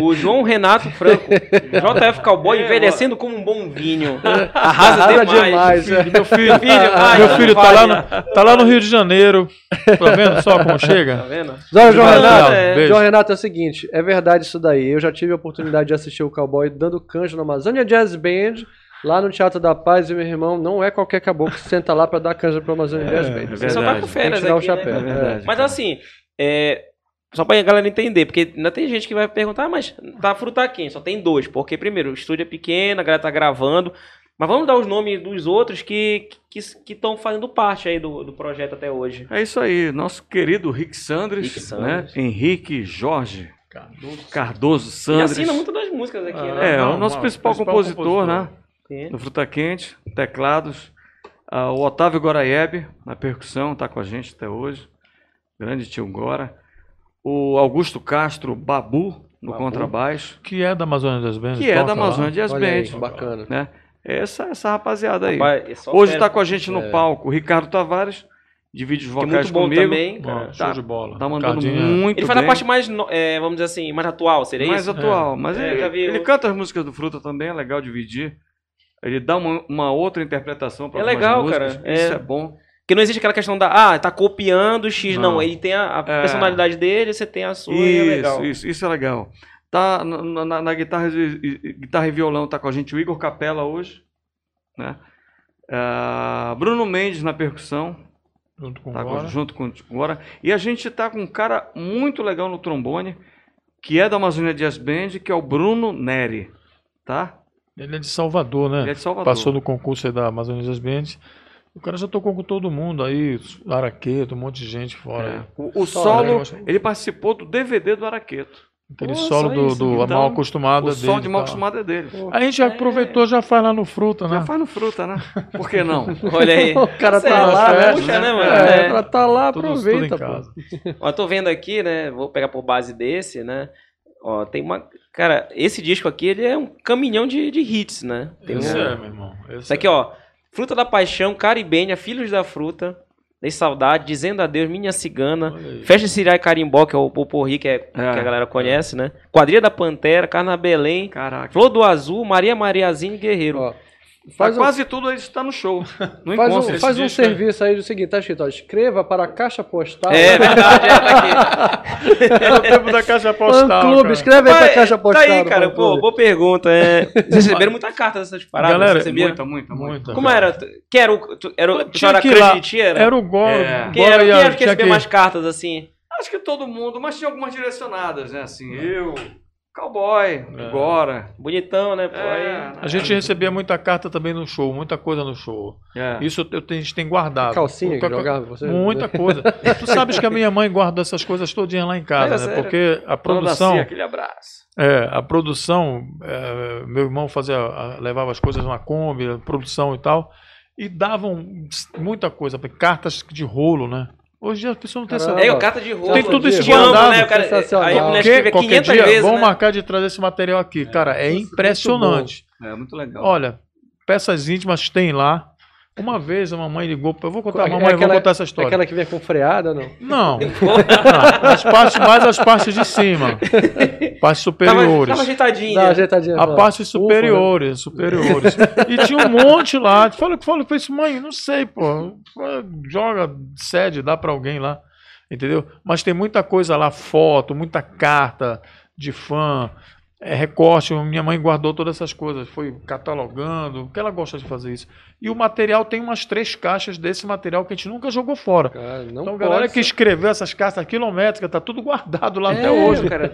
O João Renato Franco. JF Cowboy
É,
envelhecendo como um bom vinho. Arrasa, demais.
é.
Meu filho,
Filho, vai,
meu filho tá,
vai.
lá no, tá lá no Rio de Janeiro. Tá vendo só
Tá
como chega?
vendo?
Zé, João
Obrigado,
Renato,
Zé.
é.
Beijo.
João Renato é o seguinte, é verdade isso daí. Eu já tive a oportunidade de assistir o Cowboy dando canjo na Amazônia Jazz Band, lá no Teatro da Paz, e meu irmão, não é qualquer caboclo que senta lá pra dar canja pro Amazônia Jazz
é
Band.
verdade.
Você só tá com
Tem que
férias
tirar o
aqui, né?
chapéu.
É verdade.
Mas assim, é, só pra galera entender, porque ainda tem gente que vai perguntar, "Ah, mas tá fruta quem? Só tem dois, porque primeiro, o estúdio é pequeno, a galera tá gravando, mas vamos dar os nomes dos outros que que estão fazendo parte aí do, do projeto até hoje.
É isso aí, nosso querido Rick Sandres,
Rick Sandres.
Né? Henrique Jorge
Cardoso.
Cardoso
E
Sandres.
assina muitas das músicas aqui,
Ah,
né?
É,
Não,
o nosso
não,
principal,
principal
compositor,
compositor.
né?
Sim.
Do Fruta Quente, teclados. Ah, o Otávio Goraieb, na percussão, tá com a gente até hoje. Grande tio Gora. O Augusto Castro Babu, no
Babu.
contrabaixo,
Que é da Amazônia das Bandas.
que é da
toca lá.
Amazônia Jazz
Olha aí,
Band.
bacana.
né? Essa, essa rapaziada aí.
Rapaz, é só
Hoje
fera,
tá com a gente no palco o Ricardo Tavares, divide os
que é
vocais
muito bom
comigo.
também, cara.
Ó, show
Tá.
de bola.
Tá mandando
Cardinha.
muito
Ele faz a
bem.
parte mais, no- é, vamos dizer assim, mais atual, seria
mais
isso?
atual. Mas
É,
ele,
já vi
ele
o-
canta as músicas do Fruta também, é legal dividir. Ele dá uma, uma outra interpretação para
É legal, cara, é.
Isso é, bom.
Porque não existe aquela questão da, ah, tá copiando o X, não.
Não.
Ele tem a, a
É.
personalidade dele, você tem a sua, e é
isso,
legal.
isso, isso é legal. Tá na, na- na guitarra, e, e- guitarra e violão tá com a gente o Igor Capela hoje, né? Ah, Bruno Mendes na percussão,
Junto com o
tá com-
Bora.
junto com o Gora. E a gente tá com um cara muito legal no trombone, que é da Amazônia Jazz Band, que é o Bruno Neri, tá?
Ele é de Salvador, né?
Ele é de Salvador.
Passou no concurso aí da Amazônia das Bandas. O cara já tocou com todo mundo aí, Araqueto, um monte de gente fora.
É. O, o
Solo,
solo,
né?
ele participou do DVD do Araqueto.
Aquele
Pô,
solo
só
do,
isso.
do
Então,
mal acostumado
o
dele.
som de mal
tá?
acostumado é dele.
A gente já aproveitou, já faz lá no Fruta, né?
Já faz no fruta, né? Por que não?
Olha aí.
O cara
Você
tá lá, né?
Puxa, né, mano?
É,
É.
o cara tá lá,
Tudo- tudo em
aproveita, pô.
casa.
Ó, tô vendo aqui, né? Vou pegar por base desse, né? Ó, tem uma. Cara, esse disco aqui, ele é um caminhão de, de hits, né? Tem
Esse
um-
é, meu irmão. Esse
Isso aqui, ó. Fruta da Paixão, Caribenha, Filhos da Fruta, Dei Saudade, Dizendo Adeus, Minha Cigana,
é, Olha aí.
Festa Siriai Carimbó, que é o Poporri, que, é, que a galera conhece, né? Quadrilha da Pantera, Carna Belém,
Caraca.
Flor do Azul, Maria Mariazinha e Guerreiro.
Ó,
Faz
Faz um-
Tá quase tudo isso está no show. No
Faz
encontro.
um,
esse
faz um
disco né? aí.
serviço aí do seguinte, tá escrito, ó, escreva para a caixa postal.
É
né?
verdade, é, tá aqui.
Era o tempo da caixa
Fã
postal.
clube,
cara.
escreve aí
Mas,
pra caixa postal.
Tá aí,
do
cara.
fã
Pô,
clube.
boa pergunta. É... Vocês receberam muita carta dessas paradas?
Galera,
vocês receberam?
Muita, muita, muita.
Muita.
Como era? Quem era o. tu- Era, o-
Tinha
tu era
que ir
crush
lá.
de ti, era?
Era o Goro.
É.
Quem
Bora
era,
aí,
quem
ó,
era que
tinha
recebeu mais cartas assim?
Acho que todo mundo, mas tinha algumas direcionadas, né? Assim,
É.
eu, cowboy, agora.
Bonitão, né? Pô,
É,
aí-
né?
A gente recebia muita carta também no show, muita coisa no show.
É.
Isso eu tenho- a gente tem guardado.
Calcinha que
Ah, Muita co-
jogava você? né?
Muita coisa. tu sabes que a minha mãe guarda essas coisas todinhas lá em casa,
É,
né?
sério.
Porque a
Dona
produção.
Dacia, aquele abraço.
É, a produção, é, meu irmão fazia, a- levava as coisas na Kombi, a produção e tal, e davam muita coisa, cartas de rolo, né? Hoje a pessoa não tem
Caramba.
essa.
É, o carta de roupa.
Tem tudo
te ama,
esguardado,
né? O cara,
sensacional.
aí a mulher
Qualquer-
escreve
qualquer
500
dia,
vezes,
vamos
né?
marcar de trazer esse material aqui. Cara, é
isso é muito
impressionante.
É, muito legal.
Olha, peças íntimas tem lá. Uma vez a mamãe ligou, pra- eu vou contar,
É
a mamãe, eu
aquela-
vou contar essa
É
história.
aquela que vem com freada, não?
Não, não, as partes, mais as partes de cima, partes
Tava,
superiores.
tava né? ajeitadinha.
Dá uma ajeitadinha.
A
não.
parte
né?
superiores, superiores. E tinha um monte lá. Eu Falei, falei, falei, mãe, não sei, pô. Joga, cede, dá pra alguém lá. Entendeu? Mas tem muita coisa lá, foto, muita carta de fã, é, recorte. Minha mãe guardou todas essas coisas, foi catalogando, porque ela gosta de fazer isso. E o material tem umas três caixas desse material que a gente nunca jogou fora.
Cara, não
Então,
pode
galera que
ser.
escreveu essas cartas quilométricas, tá tudo guardado lá até
É,
hoje.
cara.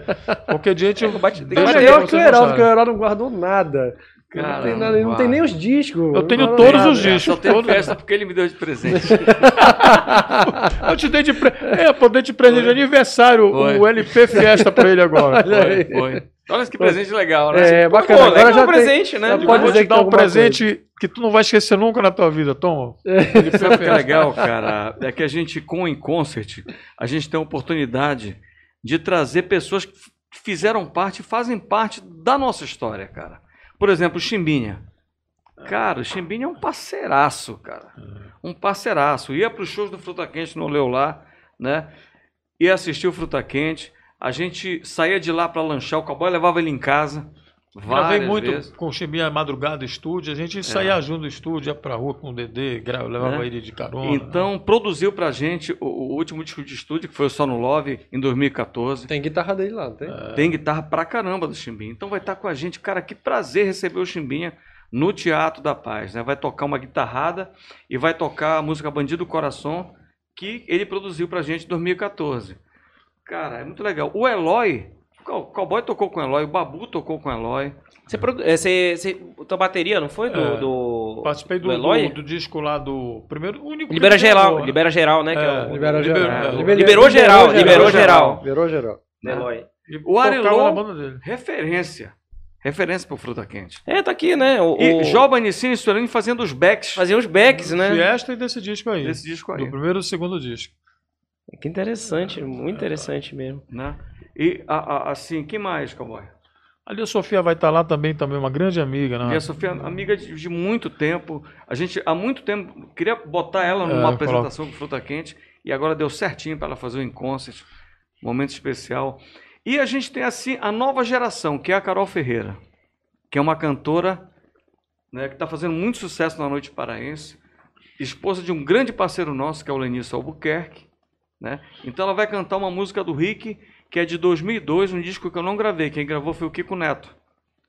Porque diante.
Bate- tem
É
Deixa
melhor
aqui,
que o
vocês
Heraldo,
não
porque o Heraldo não guardou nada. não
Caramba.
tem, nada, ele não tem nem os discos.
Eu tenho
Não,
todos
nada.
os discos.
né? Só tem festa porque ele me deu de presente.
Eu te dei de pre... é, eu dei de presente de aniversário
Foi.
o LP Fiesta pra ele agora.
Olha aí.
Foi, foi. Olha que presente legal, né?
É,
Pô,
bacana.
legal
Agora já
um
tem.
presente, né?
já
Eu
Digo,
pode
vou
dizer
te
que
dar
tem
um
alguma
presente que tu não vai esquecer nunca na tua vida, Tom.
Sabe o que é legal, cara? É que a gente, com o In Concert, a gente tem a oportunidade de trazer pessoas que f- fizeram parte, fazem parte da nossa história, cara. Por exemplo, o Chimbinha. Cara, o Chimbinha é um parceiraço, cara. Um parceiraço. Ia para os shows do Fruta Quente no Leu lá, né? Ia assistir o Fruta Quente. A gente saía de lá para lanchar, o cowboy levava ele em casa.
Gravei
Várias
muito
vezes.
com o Chimbinha madrugada estúdio, a gente saía junto do estúdio, ia pra rua com o Dedê, gra- levava
Né?
ele de carona.
Então, produziu pra gente o, o último disco de estúdio, que foi o Só no Love, em 2014.
Tem guitarra dele lá, não tem?
Ah,
Tem guitarra pra caramba do Chimbinha. Então vai estar com a gente. Cara, que prazer receber o Chimbinha no Teatro da Paz. Né? Vai tocar uma guitarrada e vai tocar a música Bandido Coração, que ele produziu pra gente em 2014. Cara, é muito legal. O Eloy, o Cowboy tocou com o Eloy, o Babu tocou com o Eloy.
Você, produ... é, você, você... Tua bateria, não foi? Do,
É.
do...
Participei do,
do Eloy?
do- do disco lá do primeiro, o único.
Libera
disco que
geral.
tocou.
Libera geral, né? que é o-
Liberou
Liberou-
geral.
Então, é,
Libera-
liberou geral,
liberou geral.
Liberou geral.
do Eloy.
E
O Arelô-
tocava na banda dele.
Referência. Referência pro Fruta Quente.
É, tá aqui, né? O,
E
o-
Jó Banicini e Suelane fazendo os backs
Fazia uns backs, né?
Fiesta e desse disco aí.
desse disco aí.
Do primeiro e segundo disco.
Que interessante, muito interessante mesmo.
né? E a- a- assim, que mais, cowboy?
Ali a Sofia vai estar lá também, também uma grande amiga, né?
E a Sofia, amiga de, de muito tempo. A gente, há muito tempo, queria botar ela
É,
numa
coloca.
apresentação com Fruta Quente e agora deu certinho para ela fazer o um concert, momento especial. E a gente tem, assim, a nova geração, que é a Carol Ferreira, que é uma cantora né, que está fazendo muito sucesso na Noite Paraense, esposa de um grande parceiro nosso, que é o Lenício Albuquerque. Né? Então ela vai cantar uma música do Rick, que é de 2002, um disco que eu não gravei, quem gravou foi o Kiko Neto.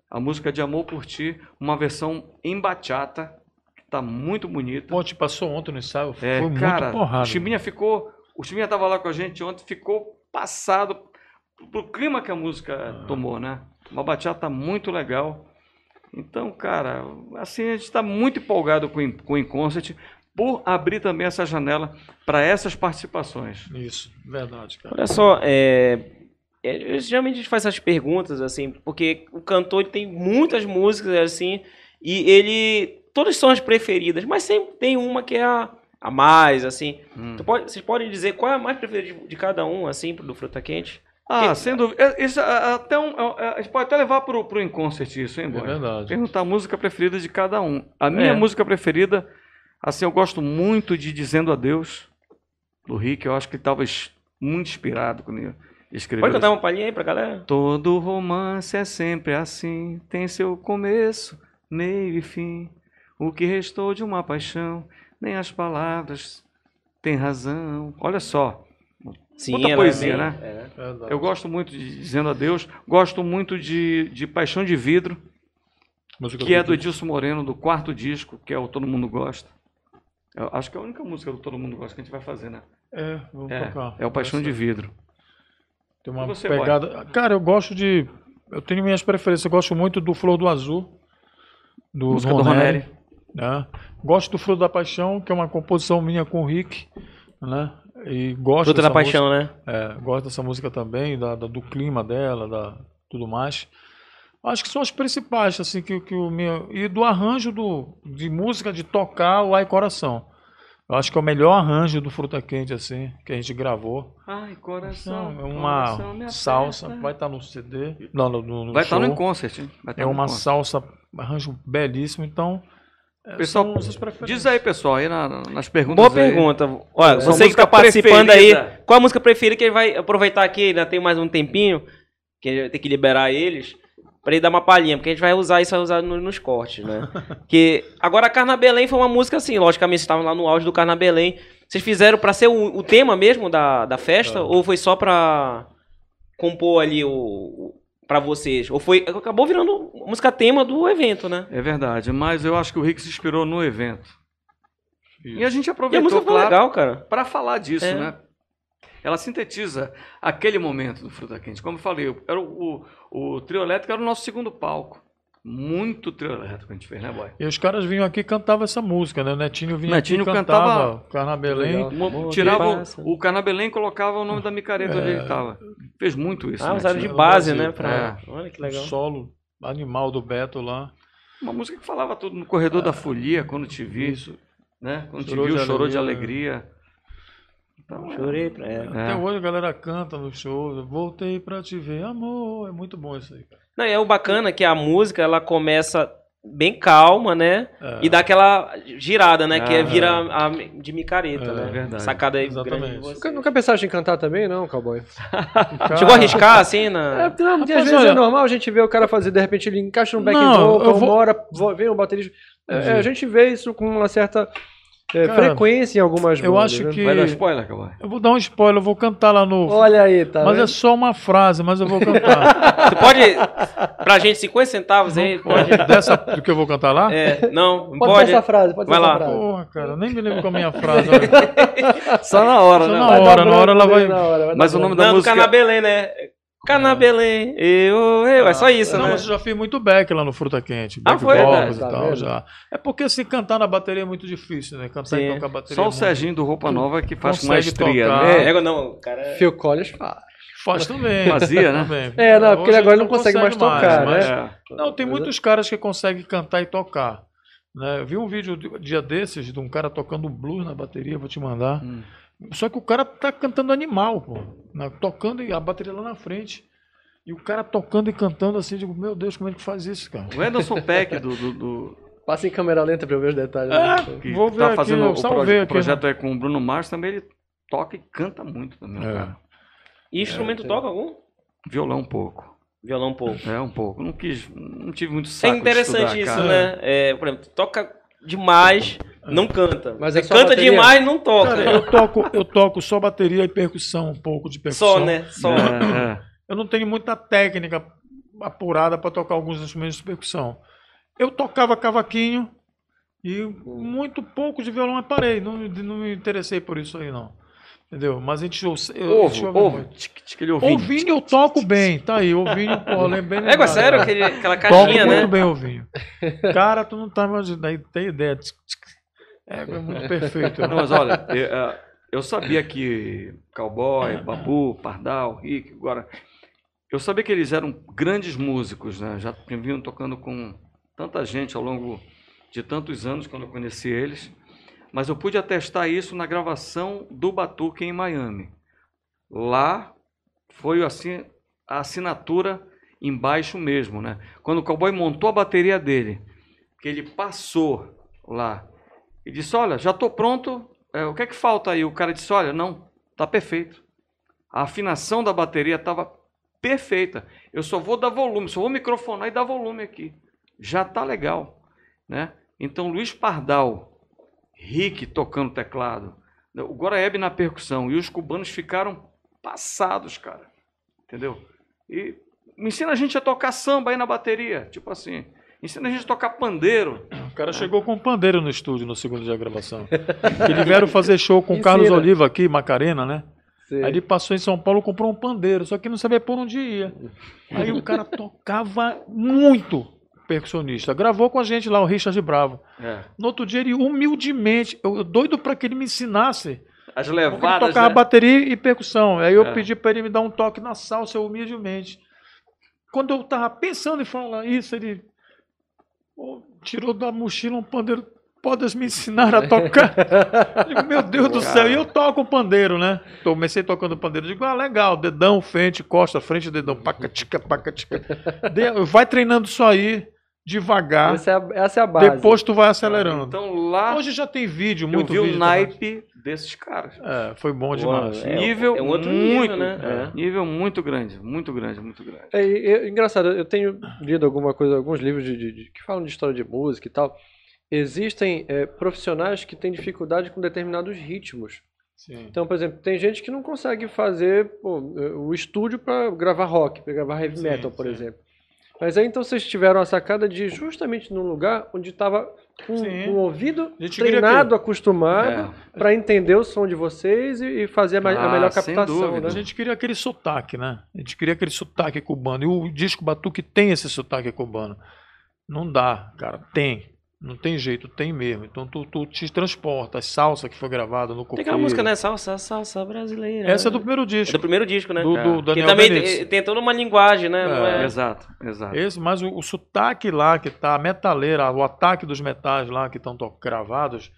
A música é de Amor por Ti, uma versão em bachata, que tá muito bonita.
Ponte passou ontem no ensaio,
É,
foi
cara,
muito porrada.
o Chiminha ficou, o Chiminha tava lá com a gente ontem, ficou passado pro clima que a
Ah.
música tomou, né? Uma bachata muito legal. Então, cara, assim, a gente está muito empolgado com, o In- com o In Concert por abrir também essa janela para essas participações.
Isso, verdade, cara.
Olha só, é... é, eu- geralmente a gente faz essas perguntas, assim, porque o cantor ele tem muitas músicas, assim, e ele... Todas são as preferidas, mas sempre tem uma que é a, a mais, assim.
Hum.
Tu pode- vocês podem dizer qual é a mais preferida de, de cada um, assim, do Fruta Quente?
Ah,
Que-
sem dúvida. É- Isso, é- é até um, é- é- a gente pode até levar pro, pro Inconcert isso, hein,
É
boy?
verdade.
Perguntar a música preferida de cada um. A minha
É.
música preferida, assim, eu gosto muito de Dizendo Adeus, do Rick. Eu acho que ele estava muito inspirado quando ele escreveu.
Pode
isso.
cantar um uma palhinha aí pra galera?
Todo romance é sempre assim, tem seu começo, meio e fim. O que restou de uma paixão, nem as palavras têm razão. Olha só,
Sim,
Muita
ela é
poesia,
bem-
né?
é.
verdade.
eu gosto muito de Dizendo Adeus, gosto muito de, de Paixão de Vidro,
Música
que é do Edilson Moreno, do quarto disco, que é o Todo Mundo Gosta. é Eu acho que é a única música do Todo Mundo Gosta que a gente vai fazer, né?
É, vamos
É,
tocar.
é o Paixão de Vidro.
Tem uma
E você,
pegada. Cara, eu gosto de. Eu tenho minhas preferências. Eu gosto muito do Flor do Azul, do
Música do
Ronelli,
Ronelli.
né? Gosto do Flor da Paixão, que é uma composição minha com o Rick, né? E gosto
Fruta da
dessa
paixão, né?
é, gosto dessa música também, da, da- do clima dela, da tudo mais. Acho que são as principais, assim, que, que o meu. E do arranjo do, de música de tocar o Ai Coração. Eu acho que é o melhor arranjo do Fruta Quente, assim, que a gente gravou.
Ai,
Não,
coração.
é uma
coração, me
salsa,
aperta.
vai estar no CD. Não, no, no, no
Vai estar
show.
no concert. hein? Vai tá
É
no
uma
concert.
salsa, arranjo belíssimo, então. é,
Pessoal,
são essas preferências.
Diz aí, pessoal, aí na- na- nas perguntas.
Boa
aí.
pergunta. Olha,
Sua
você que
música
tá participando
preferida.
aí, qual a música preferida que ele vai aproveitar aqui? Ainda tem mais um tempinho, que tem que liberar eles, pra ele dar uma palhinha, porque a gente vai usar isso, vai usar no- nos cortes, né? que agora a Carna Belém foi uma música assim, logicamente vocês estavam lá no auge do Carna Belém. Vocês fizeram pra ser o, o tema mesmo da, da festa? Ou foi só pra compor ali o. o pra vocês? Ou foi. Acabou virando música tema do evento, né?
É verdade, mas eu acho que o Rick se inspirou no evento. E a gente
E a
aproveitou,
música ficou
claro,
legal, cara.
para falar disso,
É.
né? Ela sintetiza aquele momento do Fruta Quente. Como eu falei, eu- era o, o, o trio elétrico era o nosso segundo palco. Muito trio elétrico a gente fez, né, boy?
E os caras vinham aqui e cantavam essa música, né? O Netinho vinha
Netinho
aqui e
cantava-
cantava, Carna Belém.
Legal.
Mo-
Amor,
Tirava
que
o-
passa.
o Canabelém e colocava o nome da micareta onde ele estava. Fez muito isso.
Ah,
né,
usaram de
Tino?
base,
Brasil.
né? Pra... Olha que legal.
solo animal do Beto lá.
Uma música que falava tudo no corredor da folia, quando te vi. Né? Quando
Chorou
te viu,
de
chorou de
alegria.
alegria. Então,
Chorei pra ela.
É.
Até hoje a galera canta no show. Voltei pra te ver, amor. É muito bom isso aí. cara.
Não, e é o bacana é que a música ela começa bem calma, né?
É,
E dá aquela girada, né? que é
Ah,
vira a, a- de micareta,
É,
né?
verdade.
Sacada aí
Exatamente.
grande de você.
Nunca, nunca pensaste em cantar também, não, cowboy?
cara-
Chegou a arriscar assim
É,
na.
porque não, porque às
É. Rapaz,
vezes
olha-
é normal a gente ver o cara fazer, de repente ele encaixa um back
Não,
vocal,
eu
uma
vou-
hora vo- vem um baterista. É,
Entendi.
é, a gente vê isso com uma certa é,
Cara,
frequência em algumas
eu
bandas,
acho
né?
que-
Vai dar spoiler, Cowboy.
Eu vou dar um spoiler, eu vou cantar lá no.
Olha aí, tá.
mas é
vendo?
só uma frase, mas eu vou cantar.
Você pode. Pra gente, 50 centavos aí, pode.
Dessa do que eu vou cantar lá?
É, não, não
Pode
pode.
ter essa frase, pode ter
Vai
essa
lá.
frase.
Porra, cara, nem me lembro qual é a minha frase. olha.
Só na hora,
Só
né?
na
Vai dar
hora, na hora ela
branco,
vai-
na hora, vai
Mas
dar
o nome
branco.
da
Não, do
música.
Canabelém, né? Canabelém, eu, eu, é só isso,
Não,
né?
mas eu já fiz muito back lá no Fruta Quente.
Ah,
Back
foi?
vocals
Tá
e tal,
vendo?
já. É porque assim, cantar na bateria é muito difícil, né? Cantar
Sim.
e tocar bateria.
Só o
é muito-
Serginho do Roupa Nova que faz com
Consegue
maestria,
tocar.
né?
É, ego não, cara.
Phil Collins fala.
Faz também.
Fazia, né?
também.
É, não, porque ele
Hoje
agora não consegue mais tocar,
mas-
né?
É.
Não, tem muitos caras que conseguem cantar e tocar. Né? Eu vi um vídeo de- dia desses de um cara tocando blues na bateria, vou te mandar.
Hum.
Só que o cara tá cantando animal, pô. né? Tocando e a bateria lá na frente. E o cara tocando e cantando assim, eu digo, meu Deus, como é que faz isso, cara?
O Anderson Peck do, do, do-
Passa em câmera lenta pra eu ver os detalhes. né?
que
Vou ver
tá
aqui,
fazendo
eu
o,
salvei
proje- o
aqui, né?
projeto é com o Bruno Mars também, ele toca e canta muito também,
É.
cara.
E instrumento toca algum?
Violão um pouco.
Violão um pouco.
É, um pouco. Não quis, não tive muito
É
saco de
interessante
estudar,
isso,
cara.
né? É, por exemplo, toca demais, não canta.
Mas
Você
é só
canta
bateria?
demais, não toca.
Cara, eu toco, eu toco só bateria e percussão, um pouco de percussão.
Só, né? Só.
É, é.
Eu não tenho muita técnica apurada para tocar alguns instrumentos de percussão. Eu tocava cavaquinho e muito pouco de violão eu parei. Não, me- não me interessei por isso aí, não. Entendeu? Mas a gente... Eu, eu, a
Ovo,
gente ouve
ovo.
muito.
Tic, tic, ele ouvindo.
Ovinho eu toco bem. Tá aí, ovinho, pô, lembrei.
É, igual,
lembrado.
sério, aquele- aquela
Toco
caixinha,
muito
né?
bem ovinho. Cara, tu não tá imaginando. Aí tem ideia. Tsk, tsk. É, é muito perfeito.
Não, mas olha, eu, eh, eu sabia que Cowboy, Babu, Pardal, Rick, agora. Eu sabia que eles eram grandes músicos, né? Já vinham tocando com tanta gente ao longo de tantos anos quando eu conheci eles. Mas eu pude atestar isso na gravação do Batuque em Miami. Lá foi assim a assinatura embaixo mesmo, né? Quando o cowboy montou a bateria dele, que ele passou lá e disse: Olha, já estou pronto. é, o que é que falta aí? O cara disse: Olha, não, tá perfeito. A afinação da bateria estava perfeita. Eu só vou dar volume, só vou microfonar e dar volume aqui. Já tá legal, né? Então, Luiz Pardal, Rick tocando teclado, né, o Goraeb na percussão e os cubanos ficaram passados, cara. Entendeu? E ensina a gente a tocar samba aí na bateria, tipo assim. Ensina a gente a tocar pandeiro.
O cara chegou com um pandeiro no estúdio no segundo dia da gravação. Eles vieram fazer show com o Carlos
Ensina.
Oliva aqui, Macarena, né?
Sei.
Aí ele passou em São Paulo, comprou um pandeiro, só que não sabia por onde ia. Aí o cara tocava muito percussionista. Gravou com a gente lá, o Richard Bravo.
É.
No outro dia ele humildemente, eu eu doido pra que ele me ensinasse
As
porque ele
levadas.
tocava
né?
bateria e percussão. Aí eu
É.
pedi pra ele me dar um toque na salsa, humildemente. Quando eu tava pensando em falar isso, ele pô, tirou da mochila um pandeiro. Podes me ensinar a tocar? Eu digo, meu Deus do céu, e eu toco o pandeiro, né? Então, comecei tocando o pandeiro. Eu Digo, ah, legal, dedão, frente, costa, frente, dedão, pacatica, pacatica. De- Vai treinando isso aí, devagar.
Essa é a, essa é a base.
Depois tu vai acelerando.
Então lá
Hoje já tem vídeo,
eu
muito
vi o
vídeo.
naipe desses caras.
É, foi bom
Boa,
demais.
É,
nível
é um outro nível,
muito,
né? É.
Nível muito grande, muito grande, muito grande.
É, e- e- engraçado, eu tenho lido alguma coisa, alguns livros de- de- de- que falam de história de música e tal. Existem é, profissionais que têm dificuldade com determinados ritmos.
Sim.
Então, por exemplo, tem gente que não consegue fazer pô, o estúdio para gravar rock, para gravar heavy
Sim,
metal, por
sim.
exemplo. Mas aí então vocês tiveram a sacada de ir justamente num lugar onde estava com
Sim.
com o ouvido
A gente queria
treinado, acostumado,
É.
para entender o som de vocês e, e fazer a, ma- a
Ah,
melhor
sem
captação,
dúvida.
né?
Então, A gente queria aquele sotaque, né? A gente queria aquele sotaque cubano. E o disco Batuque tem esse sotaque cubano. Não dá, cara. Tem. Não tem jeito, tem mesmo. Então tu, tu te transporta. A salsa que foi gravada no
Tem
Coqueiro.
aquela música, né? Salsa, salsa brasileira.
Essa é do
É
primeiro disco.
primeiro disco, né?
do, do
É.
Que
Daniel
também
Denitz.
tem- tem toda uma linguagem, né? Não é-
Exato, exato.
Esse, mas o, o sotaque lá que tá, a metaleira, o ataque dos metais lá que estão gravados,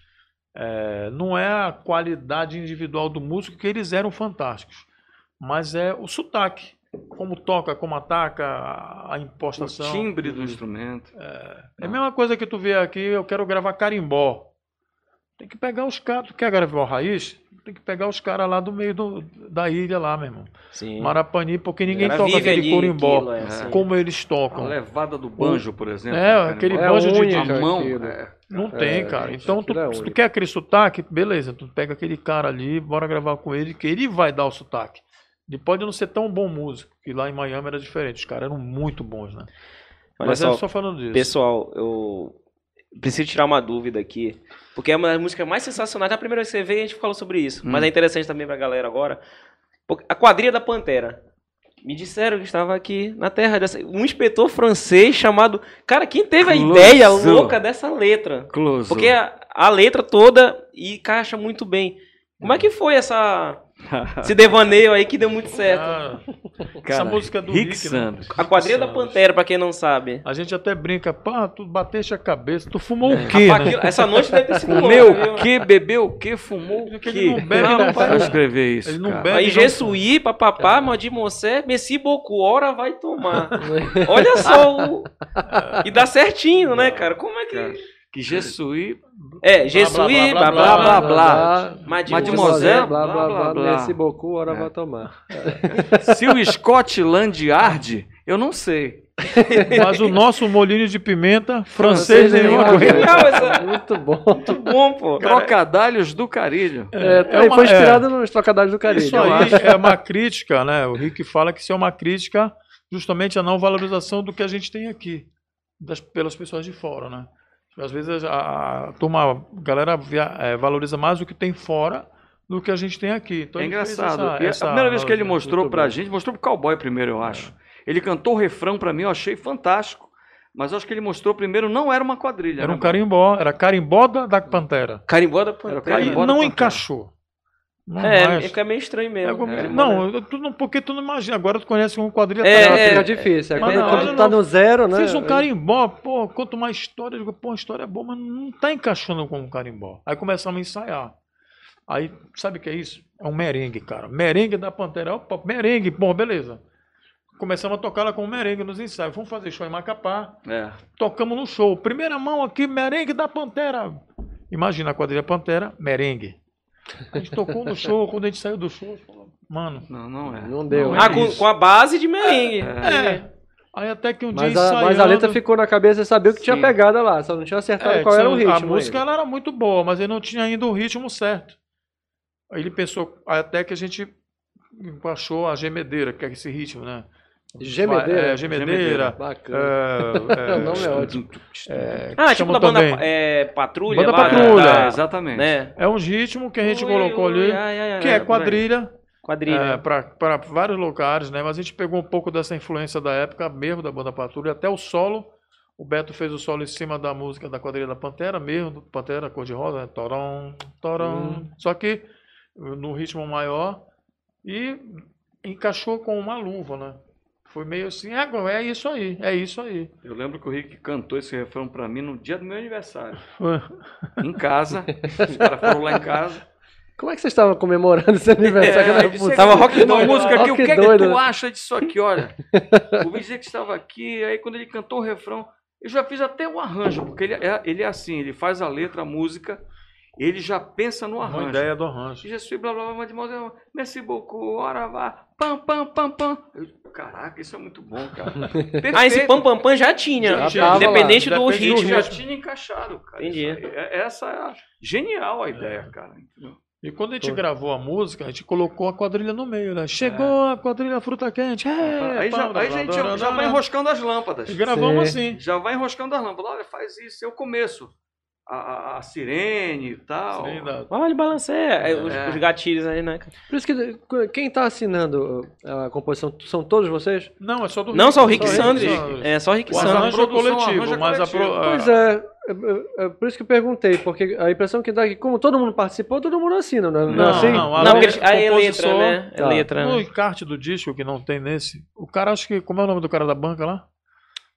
é, não é a qualidade individual do músico, que eles eram fantásticos. Mas é o sotaque. Como toca, como ataca, a a
O
impostação.
timbre do instrumento.
É a mesma coisa que tu vê aqui, eu quero gravar carimbó. Tem que pegar os caras. Tu quer gravar raiz? Tem que pegar os caras lá do meio do- da ilha lá, meu irmão.
Sim.
Marapani, porque ninguém
Ela
toca
assim, vive
aquele
ali
corimbó.
aquilo, é, sim.
Como eles
A
tocam.
levada do banjo, por exemplo.
É,
do carimbó.
aquele
É
banjo de-
única
A mão.
aquilo. Tipo,
é.
Não tem, cara.
gente,
Então, tu,
aquilo é
se tu
único.
quer aquele sotaque, beleza, tu pega aquele cara ali, bora gravar com ele, que ele vai dar o sotaque. Ele pode não ser tão bom músico, que lá em Miami era diferente. Os caras eram muito bons, né?
Olha
Mas
só,
era só falando disso.
pessoal, eu preciso tirar uma dúvida aqui. Porque é uma das músicas mais sensacionais. É a primeira vez que você veio a gente falou sobre isso.
Hum.
Mas é interessante também pra galera agora. Porque A quadrilha da Pantera. Me disseram que estava aqui na terra dessa. Um inspetor francês chamado. Cara, quem teve a
Clouseau.
ideia louca dessa letra?
Close.
Porque a, a letra toda e caixa muito bem. Como é que foi essa. Esse devaneio aí que deu muito certo?
Ah,
Cara,
música é do
Rick
Rick, né?
Sanders.
A quadrilha da Pantera, pra quem não sabe.
a gente até brinca, pá, tu bateste a cabeça, tu fumou
É.
o quê?
Rapaz,
né?
aquilo- essa noite deve ter sido louca,
Comeu
viu?
o que, bebeu o que, fumou o
Ele
que.
não bebe, não
dá pra
faz.
escrever isso.
Ele não
cara.
bebe.
Aí
não-
Jesuí, papapá, Modi Mossé, Messi Boku, hora vai tomar. Olha só o... E dá certinho, né, cara? Como é
Cara.
que...
Que Jesuí,
É, Jesuí,
blá, blá,
blá, blá, blá, blá.
Mademoiselle,
Mademoiselle,
blá blá blá,
blá, blá.
blá, esse bocu, hora
É.
vai tomar.
se o Scotland Yard, eu não sei.
Mas o nosso molinho de pimenta, francês,
Francês
nenhuma
nenhuma
coisa.
Genial essa...
Muito bom.
Muito bom, pô.
Trocadalhos do Carilho.
É,
É
aí
uma-
foi
é.
inspirado nos trocadilhos do Caribe.
Isso aí é uma crítica, né? O Rick fala que isso é uma crítica justamente à não valorização do que a gente tem aqui, das, pelas pessoas de fora, né? Às vezes a, a turma, a galera via- eh, valoriza mais o que tem fora do que a gente tem aqui. Então
é
ele fez
engraçado.
essa-
E
essa
a primeira vez que ele
analogia. É.
mostrou
muito
pra
bom.
gente, mostrou pro cowboy primeiro, eu acho. Ele cantou o refrão pra mim, eu achei fantástico. Mas eu acho que ele mostrou primeiro, não era uma quadrilha.
Era um
né?
carimbó, era carimbó da, da Pantera.
Carimbó
Era
da
o
Pantera.
Aí
Carimbó da
não
Pantera.
encaixou. Não
É,
mais.
fica meio estranho
É
mesmo.
como-
é.
não, eu- tu não- porque tu não imagina. Agora tu conhece um quadrilha.
É,
tá-
é,
fica difícil. É
Mas
quando,
não,
quando
olha,
tá
não.
no zero, né?
Fez um carimbó, pô, conta uma história, eu digo, pô, a história é boa, mas não tá encaixando com um carimbó. Aí começamos a ensaiar. Aí, sabe o que é isso? É um merengue, cara. Merengue da Pantera. Opa, merengue, bom, beleza. Começamos a tocar lá com o merengue nos ensaios. Vamos fazer show em Macapá.
É.
Tocamos no show. Primeira mão aqui, merengue da Pantera. Imagina a quadrilha Pantera, merengue. A gente tocou no show, quando a gente saiu do show, falou, mano.
Não, não é.
Não deu. né?
Não é
Ah, com,
isso.
com a base de merengue.
É. Aí até que um
Mas
dia
a,
ensaiando...
mas a letra ficou na cabeça e sabia o que tinha
Sim.
pegada lá, só não tinha acertado
É,
qual
que
era o
a-
ritmo.
A
ainda.
música ela era muito boa, mas ele não tinha ainda o ritmo certo. Aí ele pensou até que a gente achou a gemedeira, que é esse ritmo, né?
Gemedeira.
É,
Gemedeira.
gemedeira.
Bacana.
é,
o nome é ótimo.
Ah, tipo
Chamou
da banda
também.
é, Patrulha.
Banda
lá,
Patrulha,
da-
exatamente.
Né?
é um ritmo que a gente
Ui,
colocou
ui,
ali,
ai, ai, ai,
que
ai,
é
por aí.
quadrilha
Quadrilha.
para É, vários locais, né? Mas a gente pegou um pouco dessa influência da época mesmo da banda Patrulha, até o solo. O Beto fez o solo em cima da música da quadrilha da Pantera mesmo, do Pantera Cor de Rosa, né? torão, torão. Só que eh, no ritmo maior e encaixou com uma luva, né? Foi meio assim, é, é isso aí, é isso aí.
Eu lembro que o Rick cantou esse refrão pra mim no dia do meu aniversário. Em casa. Os caras foram lá em casa.
Como é que vocês estavam comemorando
É,
esse aniversário? da música?
É, Tava rock
Uma
doido.
música aqui,
Ó,
o
que
que, é que
doido,
tu
né?
acha disso aqui, olha? O Vini dizer que estava aqui, aí quando ele cantou o refrão, eu já fiz até o arranjo, porque ele é, ele é assim, ele faz a letra, a música, ele já pensa no
Uma
arranjo.
ideia do arranjo.
Je suis blá blá blá, mademoiselle, merci beaucoup, ora vá, pam pam pam pam. Eu, Caraca, isso é muito bom, cara. Perfeito.
Ah, esse pam pam pam já tinha.
Já tava lá.
independente do
Depende
Eu
do
ritmo.
já tinha encaixado, cara.
Entendi. É.
Isso aí, é- Essa é a- genial a ideia, cara.
E quando a gente gravou a música, a gente colocou a quadrilha no meio, né? Chegou a quadrilha fruta quente. É,
aí já,
pá,
aí a gente
blá, blá,
já, já
blá,
vai
blá.
enroscando as lâmpadas.
E gravamos
Sim.
assim.
Já vai enroscando as lâmpadas. Olha, faz isso, é o começo. A, a- a sirene e tal.
Sim,
né?
da-
Olha, balanceia Ah, é, os,
É.
os gatilhos aí, né? cara?
Por isso que quem tá assinando a composição são todos vocês?
Não, é só do
Não, só o Rick
Só ele,
Sanders.
só-
É, só o Rick
O
Sanders.
arranjo é
Produção,
coletivo,
arranjo é
mas a
coletivo.
pro- a-
Pois é, é, é, é por isso que eu perguntei, porque a impressão que dá é que como todo mundo participou, todo mundo assina, não é, não é
Não,
assim?
não, a
Não, porque
letra-
eles- aí é letra,
composição-
né? É
Tá.
letra.
No
né?
encarte do disco, que não tem nesse, o cara, acho que, como é o nome do cara da banca lá?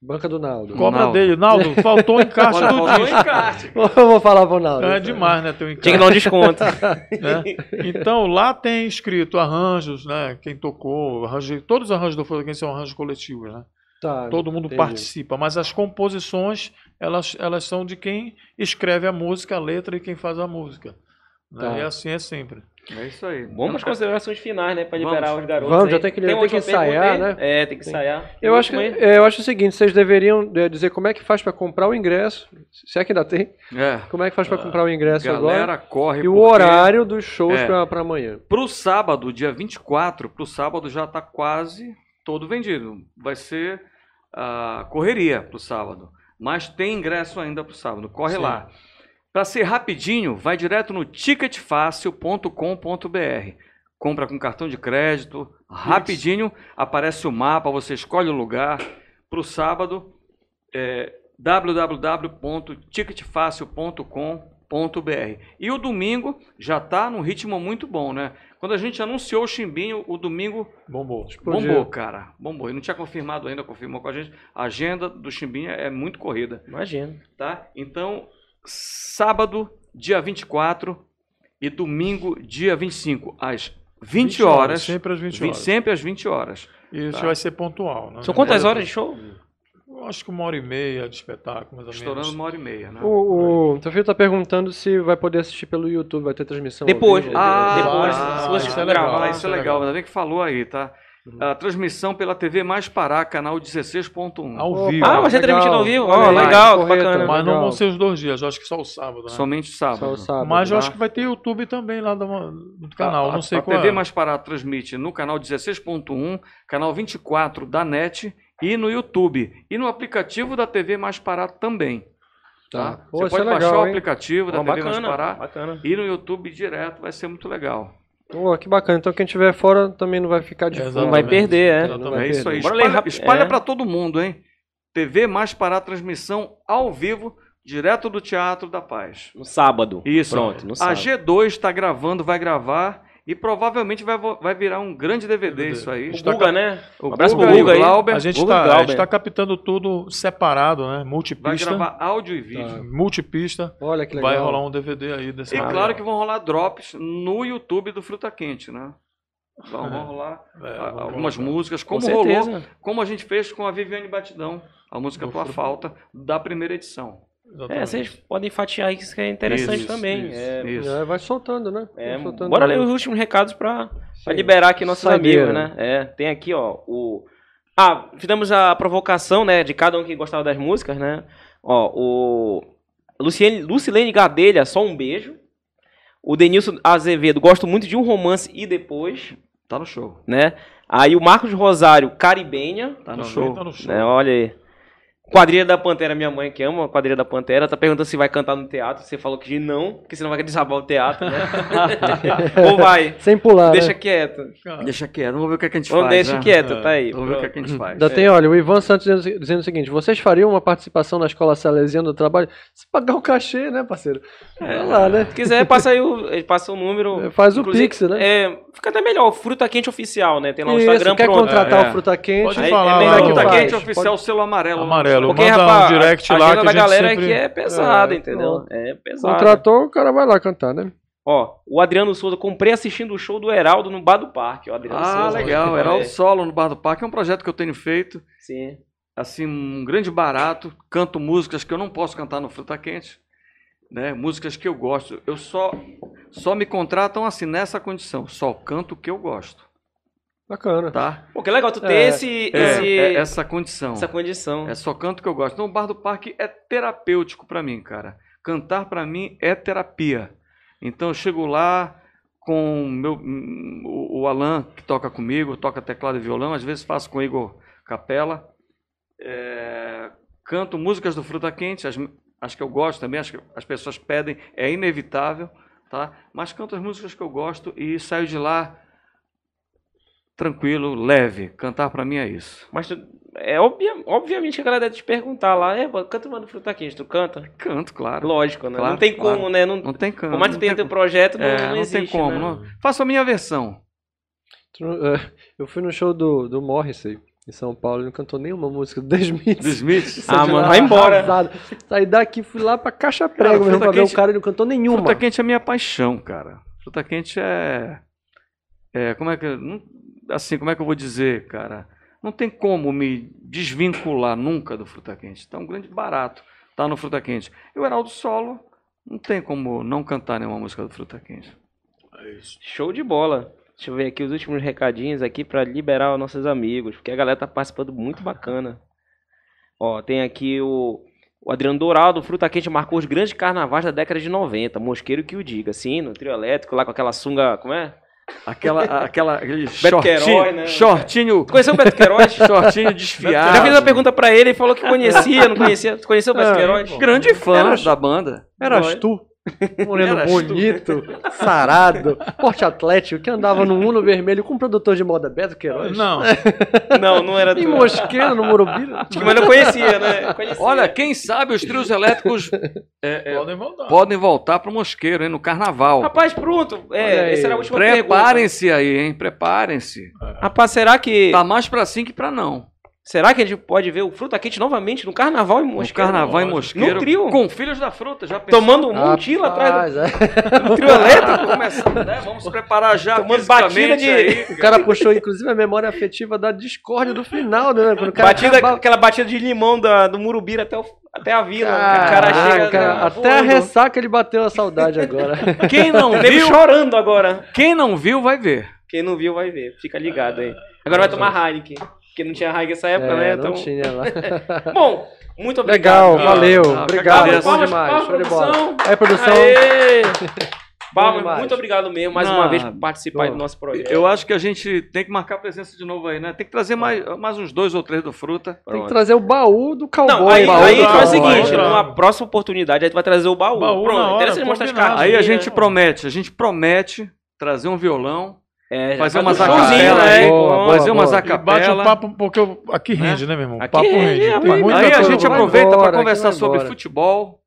Banca do Naldo.
Cobra
Naldo.
dele. Naldo, faltou o encarte
Olha,
do
faltou
disco.
encarte.
Eu vou falar pro Naldo.
É demais, né? Tem um
Tinha que
encarte.
dar um desconto.
né? Então, lá tem escrito arranjos, né? Quem tocou, arranjo, todos os arranjos do Furacão são arranjos coletivos, né?
Tá,
Todo mundo
entendi.
participa, mas as composições, elas, elas são de quem escreve a música, a letra e quem faz a música. né?
Tá.
E assim é sempre.
É isso aí.
Vamos para as considerações finais, né? Pra liberar
Vamos.
os garotos.
Vamos, já
aí.
tem que-
uma
tem que
última pergunta aí?
ensaiar,
É, tem que ensaiar. Tem
Eu acho, que,
última aí?
é, eu acho o seguinte, vocês deveriam é, dizer como é que faz pra comprar o ingresso, se é que ainda tem,
É.
como é que faz pra comprar o ingresso agora,
Galera, corre.
e o
porque
horário dos shows
É.
pra para amanhã.
Pro sábado, dia 24, pro sábado já tá quase todo vendido. Vai ser ah, correria pro sábado. Mas tem ingresso ainda pro sábado. Corre
Sim.
lá. Para ser rapidinho, vai direto no ticketfacil.com.br. Compra com cartão de crédito, rapidinho, aparece o mapa, você escolhe o lugar. Pro sábado, é www.ticketfacil.com.br. E o domingo já tá num ritmo muito bom, né? Quando a gente anunciou o Chimbinho, o domingo
Bombou.
Explodiu.
bombou, cara. Bombou. E não tinha confirmado ainda, confirmou com a gente. A agenda do Chimbinha é muito corrida
Imagina.
tá? Então, sábado, dia 24 e domingo, dia 25, às 20, horas,
Sempre às 20
vinte-
horas.
sempre às 20 horas.
Isso
Tá.
vai ser pontual, né?
São quantas horas de show?
Eu Acho que uma hora e meia de espetáculo, mais ou
Estourando
menos.
uma hora e meia, né?
O, o teu filho tá perguntando se vai poder assistir pelo YouTube, vai ter transmissão. ao
Depois.
vivo. né?
Ah,
depois.
ah,
se você
isso é
gravar.
Ah,
legal.
isso é legal, ainda bem que falou aí, tá? A transmissão pela TV Mais Pará, canal 16.1.
Ao vivo.
Ah, mas é
Legal.
transmitido ao vivo?
Olha
Ó,
aí,
legal, que
correto,
bacana.
Mas não
é Legal.
vão ser os dois dias, eu acho que só o sábado, né?
Somente sábado.
Só o sábado.
Mas eu
tá?
acho que vai ter YouTube também lá do, do canal,
a,
não sei
a
qual
TV
é.
Mais Pará transmite no canal 16.1, canal 24 da NET e no YouTube. E no aplicativo da TV Mais Pará também. Tá?
Tá. Pô,
Você
isso
pode
é legal,
baixar o
hein?
aplicativo da
Ó,
TV Mais
bacana,
Pará
bacana.
e no YouTube direto, vai ser muito legal.
Pô, que bacana. Então quem estiver fora também não vai ficar de
Exatamente.
Não
fora. né?
vai perder, é.
Exatamente.
Não
É
vai
isso aí.
perder.
Bora ler
Espalha,
rápido.
espalha
É.
para todo mundo, hein? TV Mais Pará, transmissão ao vivo, direto do Teatro da Paz.
No sábado.
Isso.
Pronto, no
A
sábado.
G2 está gravando, vai gravar e provavelmente vai, vo- vai virar um grande DVD, isso aí.
O Guga, né?
O
Um abraço
Guga
pro
e o
Guga aí.
Glauber.
A gente
Google
está
Glauber.
captando tudo separado, né?
Vai
Multipista.
gravar áudio e vídeo.
Multipista.
Olha que legal.
Vai rolar um DVD aí desse
E
material.
É claro que vão rolar drops no YouTube do Fruta Quente, né? Então vão rolar
É,
ah,
vamos
algumas
colocar.
músicas,
Com
como rolou,
certeza. É,
como a gente fez com a Viviane Batidão, a música
Do
Tua
Fruta-
Falta, da primeira edição.
É,
Exatamente.
vocês podem fatiar isso que é interessante
Isso,
também.
isso,
é,
isso.
É, vai soltando, né?
É,
vai soltando
bora ler os últimos recados pra, pra
Sim.
liberar aqui nossos
Saideira.
amigos, né? É, tem aqui, ó, o... Ah, fizemos a provocação, né, de cada um que gostava das músicas, né? Ó, o... Luciene, Lucilene Gadelha, só um beijo. O Denilson Azevedo, gosto muito de um romance e depois,
Tá no show.
né? Aí o Marcos Rosário, Caribenha.
Tá no
Também
show.
tá no show.
Né, olha aí. Quadrilha da Pantera, minha mãe, que ama a Quadrilha da Pantera, tá perguntando se vai cantar no teatro. Você falou que não, porque senão vai desabar o teatro, né? Ou vai.
Sem pular.
Deixa
né?
quieto.
Deixa quieto, vamos ver o que, é que a gente
Ou
faz.
deixa
né?
quieto, tá aí.
Vamos ver o que, é que a gente faz.
Ainda tem, olha, o Ivan Santos dizendo, dizendo o seguinte: vocês fariam uma participação na escola salesiana do trabalho? Se pagar o cachê, né, parceiro?
É.
Vai lá, né?
Se quiser, passa aí o, ele passa o número.
É, Faz o
Inclusive,
Pix, né?
É, fica até melhor, o Fruta Quente Oficial, né? Tem lá o
Isso,
Instagram
quer
pronto.
contratar
É.
o Fruta Quente?
Pode
Aí,
falar
é bem
lá,
daqui
Fruta
tá
Faz,
quente
pode-
oficial, selo amarelo.
Amarelo,
Porque,
manda
rapaz,
um direct
a
lá que
agenda
a
da
gente
galera
sempre...
aqui é pesada, entendeu? É pesada.
Contratou, o cara vai lá cantar, né?
Ó, o Adriano Souza, comprei assistindo o show do Heraldo no Bar do Parque. O Adriano
Ah,
Souza, É,
legal.
olha que
Era o
parece.
solo no Bar do Parque. É um projeto que eu tenho feito.
Sim.
Assim, um grande barato. Canto músicas que eu não posso cantar no Fruta Quente. Né? Músicas que eu gosto. Eu só, só me contratam assim, nessa condição. Só canto o que eu gosto.
Bacana.
Tá?
Pô, que legal tu ter
É,
esse,
É,
esse-
é essa condição.
essa condição.
É só canto que eu gosto. Então, o Bar do Parque é terapêutico pra mim, cara. Cantar pra mim é terapia. Então, eu chego lá com o meu, hum, o, o Alan, que toca comigo, toca teclado e violão, às vezes faço com o Igor Capela. É, canto músicas do Fruta Quente, as, as que eu gosto também, as que as pessoas pedem, é inevitável, tá? Mas canto as músicas que eu gosto e saio de lá tranquilo, leve. Cantar pra mim é isso.
Mas tu- é obvia- obviamente que a galera deve te perguntar lá, é, pô, canta uma do Fruta Quente, tu canta?
Canto, claro.
Lógico, né?
Claro,
não tem
claro.
como, né? Não,
Não tem canto.
por mais que
não
tenha
tem
teu projeto, não,
É,
não
não
existe,
tem como.
né?
não- Faço a minha versão.
Tu não- é, Eu fui no show do, do Morrissey em São Paulo e não cantou nenhuma música do The Smiths.
Do Smith.
Saí
Ah,
de
mano,
lá
vai embora.
arrasado. Saí daqui, fui lá pra Caixa Prego
Cara,
mesmo pra
Fruta
ver o
Quente-
cara e não cantou nenhuma.
Fruta quente é minha paixão, cara. Fruta quente é. é, como é que. não- assim, como é que eu vou dizer, cara? Não tem como me desvincular nunca do fruta quente. Tá um grande barato. Tá no fruta quente. E o Heraldo Solo, não tem como não cantar nenhuma música do fruta quente.
É
Show de bola. Deixa eu ver aqui os últimos recadinhos aqui pra liberar os nossos amigos, porque a galera tá participando muito bacana. Ó, tem aqui o, o Adriano Dourado, Fruta Quente marcou os grandes carnavais da década de 90, Mosqueiro que o diga, sim, no trio elétrico, lá com aquela sunga, como é?
Aquela, aquela, aquele
Queiroz,
shortinho,
né?
shortinho,
Tu conheceu o Beto Queiroz?
shortinho
Eu
desfiado.
já fiz uma pergunta pra ele, ele falou que conhecia, não conhecia. Tu conheceu o Beto
Ah,
Queiroz?
Grande fã
Era-
da banda.
Eras tu? Moreno
Eras tu.
bonito, sarado, forte atlético, que andava no Uno Vermelho com um produtor de moda Beto Queiroz.
Não,
Não, não era tu.
Em Mosqueira, no Morumbi.
Mas eu conhecia, né? Conhecia.
Olha, quem sabe os trios elétricos é, é,
podem voltar.
podem voltar para o Mosqueiro, hein, no carnaval.
Rapaz, pronto.
Olha
É,
aí.
essa era a última pergunta.
Preparem-se aí, hein? Preparem-se.
Rapaz, será que.
Tá mais para sim que para não.
Será que a gente pode ver o Fruta Quente novamente no carnaval em
No
Mosqueiro?
carnaval em Mosqueiro.
No trio.
Com Filhos da Fruta, já pensou?
Tomando um montila atrás
atrás.
do trio elétrico?
Começando, né? Vamos se preparar já
Tomando
fisicamente
batida de-
aí.
O cara puxou, inclusive, a memória afetiva da discórdia do final, né? Quando o cara
Batida,
acabava-
aquela batida de limão da, do Murubira até, o- até a vila. né? o cara
Caraca,
chega.
cara,
né,
até a
voando.
ressaca ele bateu a saudade agora.
Quem não
Nego
viu,
chorando agora.
quem não viu vai ver.
Quem não viu vai ver. Fica ligado aí. Agora
É,
vai tomar Heineken. Porque não tinha Heineken nessa época, né?
É,
Então...
não tinha lá.
Bom, muito obrigado.
Legal,
cara.
valeu.
Ah,
obrigado,
agradeço.
bom
Palmas, palmas,
demais. Show de bola.
produção.
Aí, produção.
Aê! Palmas,
demais.
muito obrigado mesmo, mais uma
Não,
vez, por participar aí do nosso projeto.
Eu acho que a gente tem que marcar presença de novo aí, né? Tem que trazer mais, mais uns dois ou três do Fruta.
Tem que trazer o baú do cowboy.
Não, aí,
baú
aí
do
faz o
cowboy.
seguinte,
Claro.
numa próxima oportunidade, aí tu vai trazer o baú.
Baú
Pronto,
na hora,
interessa ele mostrar as
combinado.
cartas.
Aí a
né?
gente promete, a gente promete trazer um violão,
É,
fazer
faz
umas
um showzinho,
acapelas,
né?
aí,
Boa, boa,
fazer umas
boa.
E bate um
acapelas.
papo, porque eu- aqui rende, né, meu irmão?
Aqui
papo
rende,
rende.
rapaz.
Tem muita
Aí é a
coisa
gente
pra-
vai
aproveita para
embora,
conversar
vai
sobre
embora.
futebol.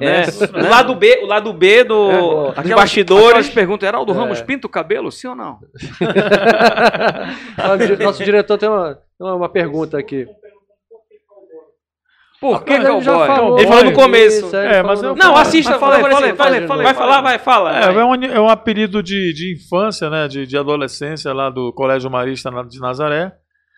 É,
né?
O lado B, o lado B do,
É,
dos
Aquelas- Aquelas
bastidores.
perguntas, Heraldo
É.
Ramos pinta o cabelo, sim ou não?
Nosso di- Nosso diretor tem uma, tem uma pergunta aqui.
Por que
Mas ele já
cowboy?
falou.
Ele falou no começo.
Isso, ele
É,
falou
mas
no
eu-
Não,
começo.
assista,
Mas
fala,
falei,
fala,
falei,
fala,
falei, falei,
vai falar, vai, fala.
É,
vai.
é um, é um apelido de, de infância, né? De, de adolescência lá do Colégio Marista na- de Nazaré,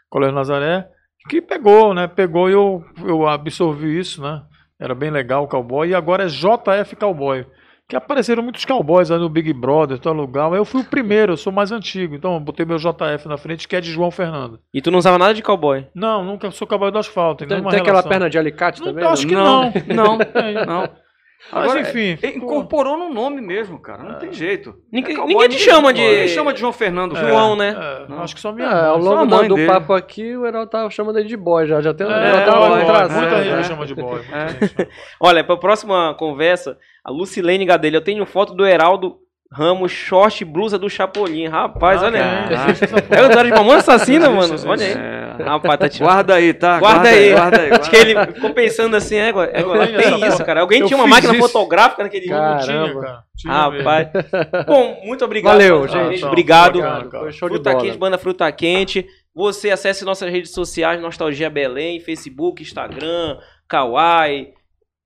Colégio Nazaré, que pegou, né? Pegou e eu, eu absorvi isso, né? Era bem legal o cowboy. E agora é JF Cowboy. Que apareceram muitos cowboys aí no Big Brother, tal lugar. Mas Eu fui o primeiro, eu sou mais antigo. Então eu botei meu JF na frente, que é de João Fernando.
E tu não usava nada de cowboy.
Não, nunca sou cowboy do asfalto.
Tem,
nenhuma
tem aquela
relação.
né?
perna de alicate
Não,
também?
eu acho que não.
Não,
É.
não.
Mas enfim,
é- Incorporou no nome mesmo, cara. Não tem jeito.
É. Ninguém-
cowboy,
ninguém te chama de-
Ninguém chama de João Fernando.
João, né?
É,
Não.
Acho que só minha
É, ao
mãe.
Só a
longo do,
mãe
do
dele.
papo aqui, o Heraldo tava chamando ele de boy já. Já tem um
É,
já
é,
tem uma
boy,
retração,
muita
né?
gente chama de boy. muita gente chama.
Olha, pra próxima conversa, a Lucilene Gadelha, eu tenho foto do Heraldo Ramos, short e blusa do Chapolin. Rapaz,
né?
olha
Ah,
aí.
cara.
Existe essa
É o Dário de Mamãe Assassina, mano.
Isso,
Olha aí.
É.
Rapaz, tá tirando.
Guarda aí, tá?
Guarda, aí.
Guarda aí.
Acho que ele ficou pensando assim, é, agora,
Eu
agora
tenho
tem
essa
isso,
foto.
cara. Alguém
Eu
tinha uma
fiz
máquina
isso.
fotográfica naquele
Cara,
mundo.
Tinha,
Caramba.
cara. Tinha mesmo.
Rapaz. Bom, muito obrigado.
Valeu,
mais uma
gente.
vez.
Tchau.
Obrigado.
Obrigado, cara.
Foi show de
Fruta
bola.
Quente, Banda Fruta Quente. Você acesse nossas redes sociais, Nostalgia Belém, Facebook, Instagram, Kawaii,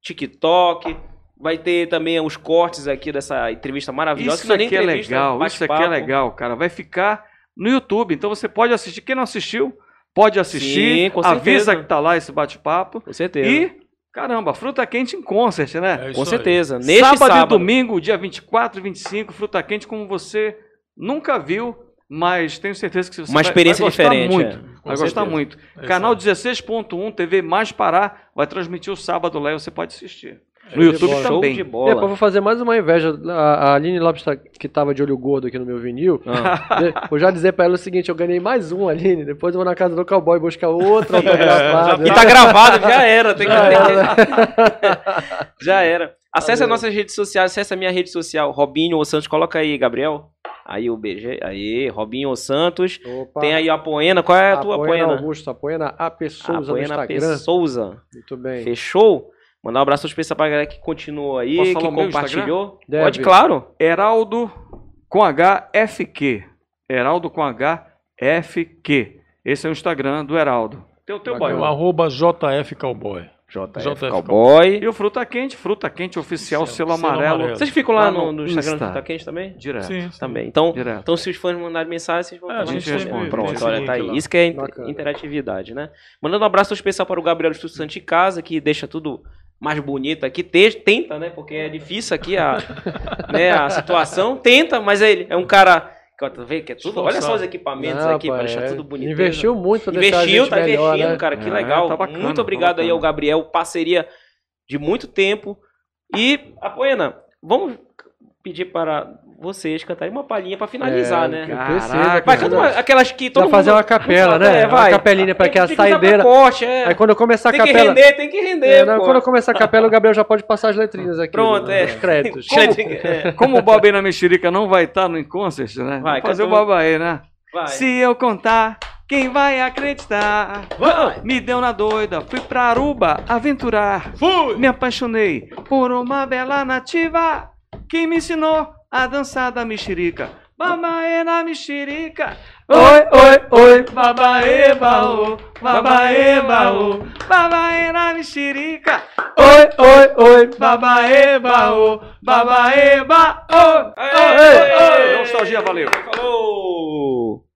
TikTok. Vai ter também os cortes aqui dessa entrevista maravilhosa.
Isso
não nem
aqui é
entrevista,
legal,
um
isso aqui é
bate-papo.
legal, cara. Vai ficar no YouTube, então você pode assistir. Quem não assistiu, pode assistir.
Sim, com certeza.
avisa que tá lá esse bate-papo.
Com certeza.
E, caramba, fruta quente em concert, né?
É isso
com
aí.
certeza. Neste
sábado,
sábado,
e domingo, dia 24 e 25, fruta quente como você nunca viu, mas tenho certeza que você
Uma
vai,
experiência
vai gostar
diferente,
muito.
é.
Vai
Com
gostar
certeza.
muito.
É isso
Canal
aí.
16.1 TV Mais Pará vai transmitir o sábado lá e você pode assistir. No
de
YouTube
bola.
Show
também.
de
E Depois eu
bola.
vou fazer mais uma inveja. A, a Aline Lopes, tá- que tava de olho gordo aqui no meu vinil,
Ah,
de- vou já dizer pra ela o seguinte: eu ganhei mais um, Aline. Depois eu vou na casa do cowboy buscar outro autografado.
e tá gravado, já era. Tem que... Já era. Acesse as nossas redes sociais, acesse a minha rede social, Robinho ou Santos. Coloca aí, Gabriel. Aí o BG. Aí, Robinho ou Santos.
Opa.
Tem aí a Poena. Qual é a tua
Apoena
Poena?
Augusto, Apoena AP Souza no
Apoena P.
Instagram.
Souza.
Muito bem.
Fechou? Mandar um abraço especial pra galera que continuou aí,
Posso
que
falar o meu
compartilhou.
Deve.
Pode, claro.
Heraldo com HFQ. Heraldo com HFQ. Esse é o Instagram do Heraldo. Tem o teu
Bacana.
O
bairro.
arroba JF Cowboy. JF
Cowboy.
E o Fruta Quente, Fruta Quente oficial, selo
Selo
amarelo.
amarelo.
Vocês ficam lá
Lá
no,
no
no Instagram do
Insta.
Fruta Quente também?
Direto.
Sim, sim.
Também. Então,
Direto.
então, se os fãs mandarem mensagem, vocês vão
É,
estar
a
lá
gente
respondendo.
responde,
Pronto,
tem
olha,
link
tá aí.
lá.
Isso que é inter-
Bacana.
interatividade, né? Mandando um abraço especial para o Gabriel Estudo Santi Casa, que deixa tudo mais bonito aqui. Te- Tenta, né? Porque é difícil aqui a, né, a situação. Tenta, mas ele é um cara. que, ó, tá vendo que é tudo- olha só os equipamentos
Não,
aqui para
pai,
deixar
é,
tudo bonito.
Investiu muito pra deixar a
Investiu,
gente
tá
melhor,
investindo,
né?
cara. Que
É,
legal.
tá bacana,
muito
tá
obrigado aí
bacana.
ao Gabriel, parceria de muito tempo. E, Apoena, vamos pedir para vocês cantarem uma palhinha pra finalizar,
É,
né?
cara,
Caraca,
Vai, canta uma- aquelas que todo
Vai
mundo...
fazer uma capela, né?
É, vai.
Uma capelinha pra que a
Tem usar
saideira.
pacote, é.
Aí quando eu começar a
Tem que
capela.
render, tem que render,
É, não,
pô.
quando eu começar a capela, o Gabriel já pode passar as letrinhas aqui.
Pronto,
né,
é.
Os créditos.
É,
Como o Bob aí na Mexerica não vai estar no Inconcert, né?
Vai,
Vamos fazer o
canta um-
Bob aí, né?
vai.
Se eu contar, quem vai acreditar?
Vai.
Me deu na doida, fui pra Aruba aventurar. Fui! Me apaixonei por uma bela nativa que me ensinou a dançar da mexerica. Babaê na mexerica. Oi, oi, oi. Babaê, baú. Babaê, baú. Babaê na mexerica. Oi, oi, oi. Babaê, baú. Babaê, baú.
Aê, aê, aê.
Nostalgia, valeu.
Falou!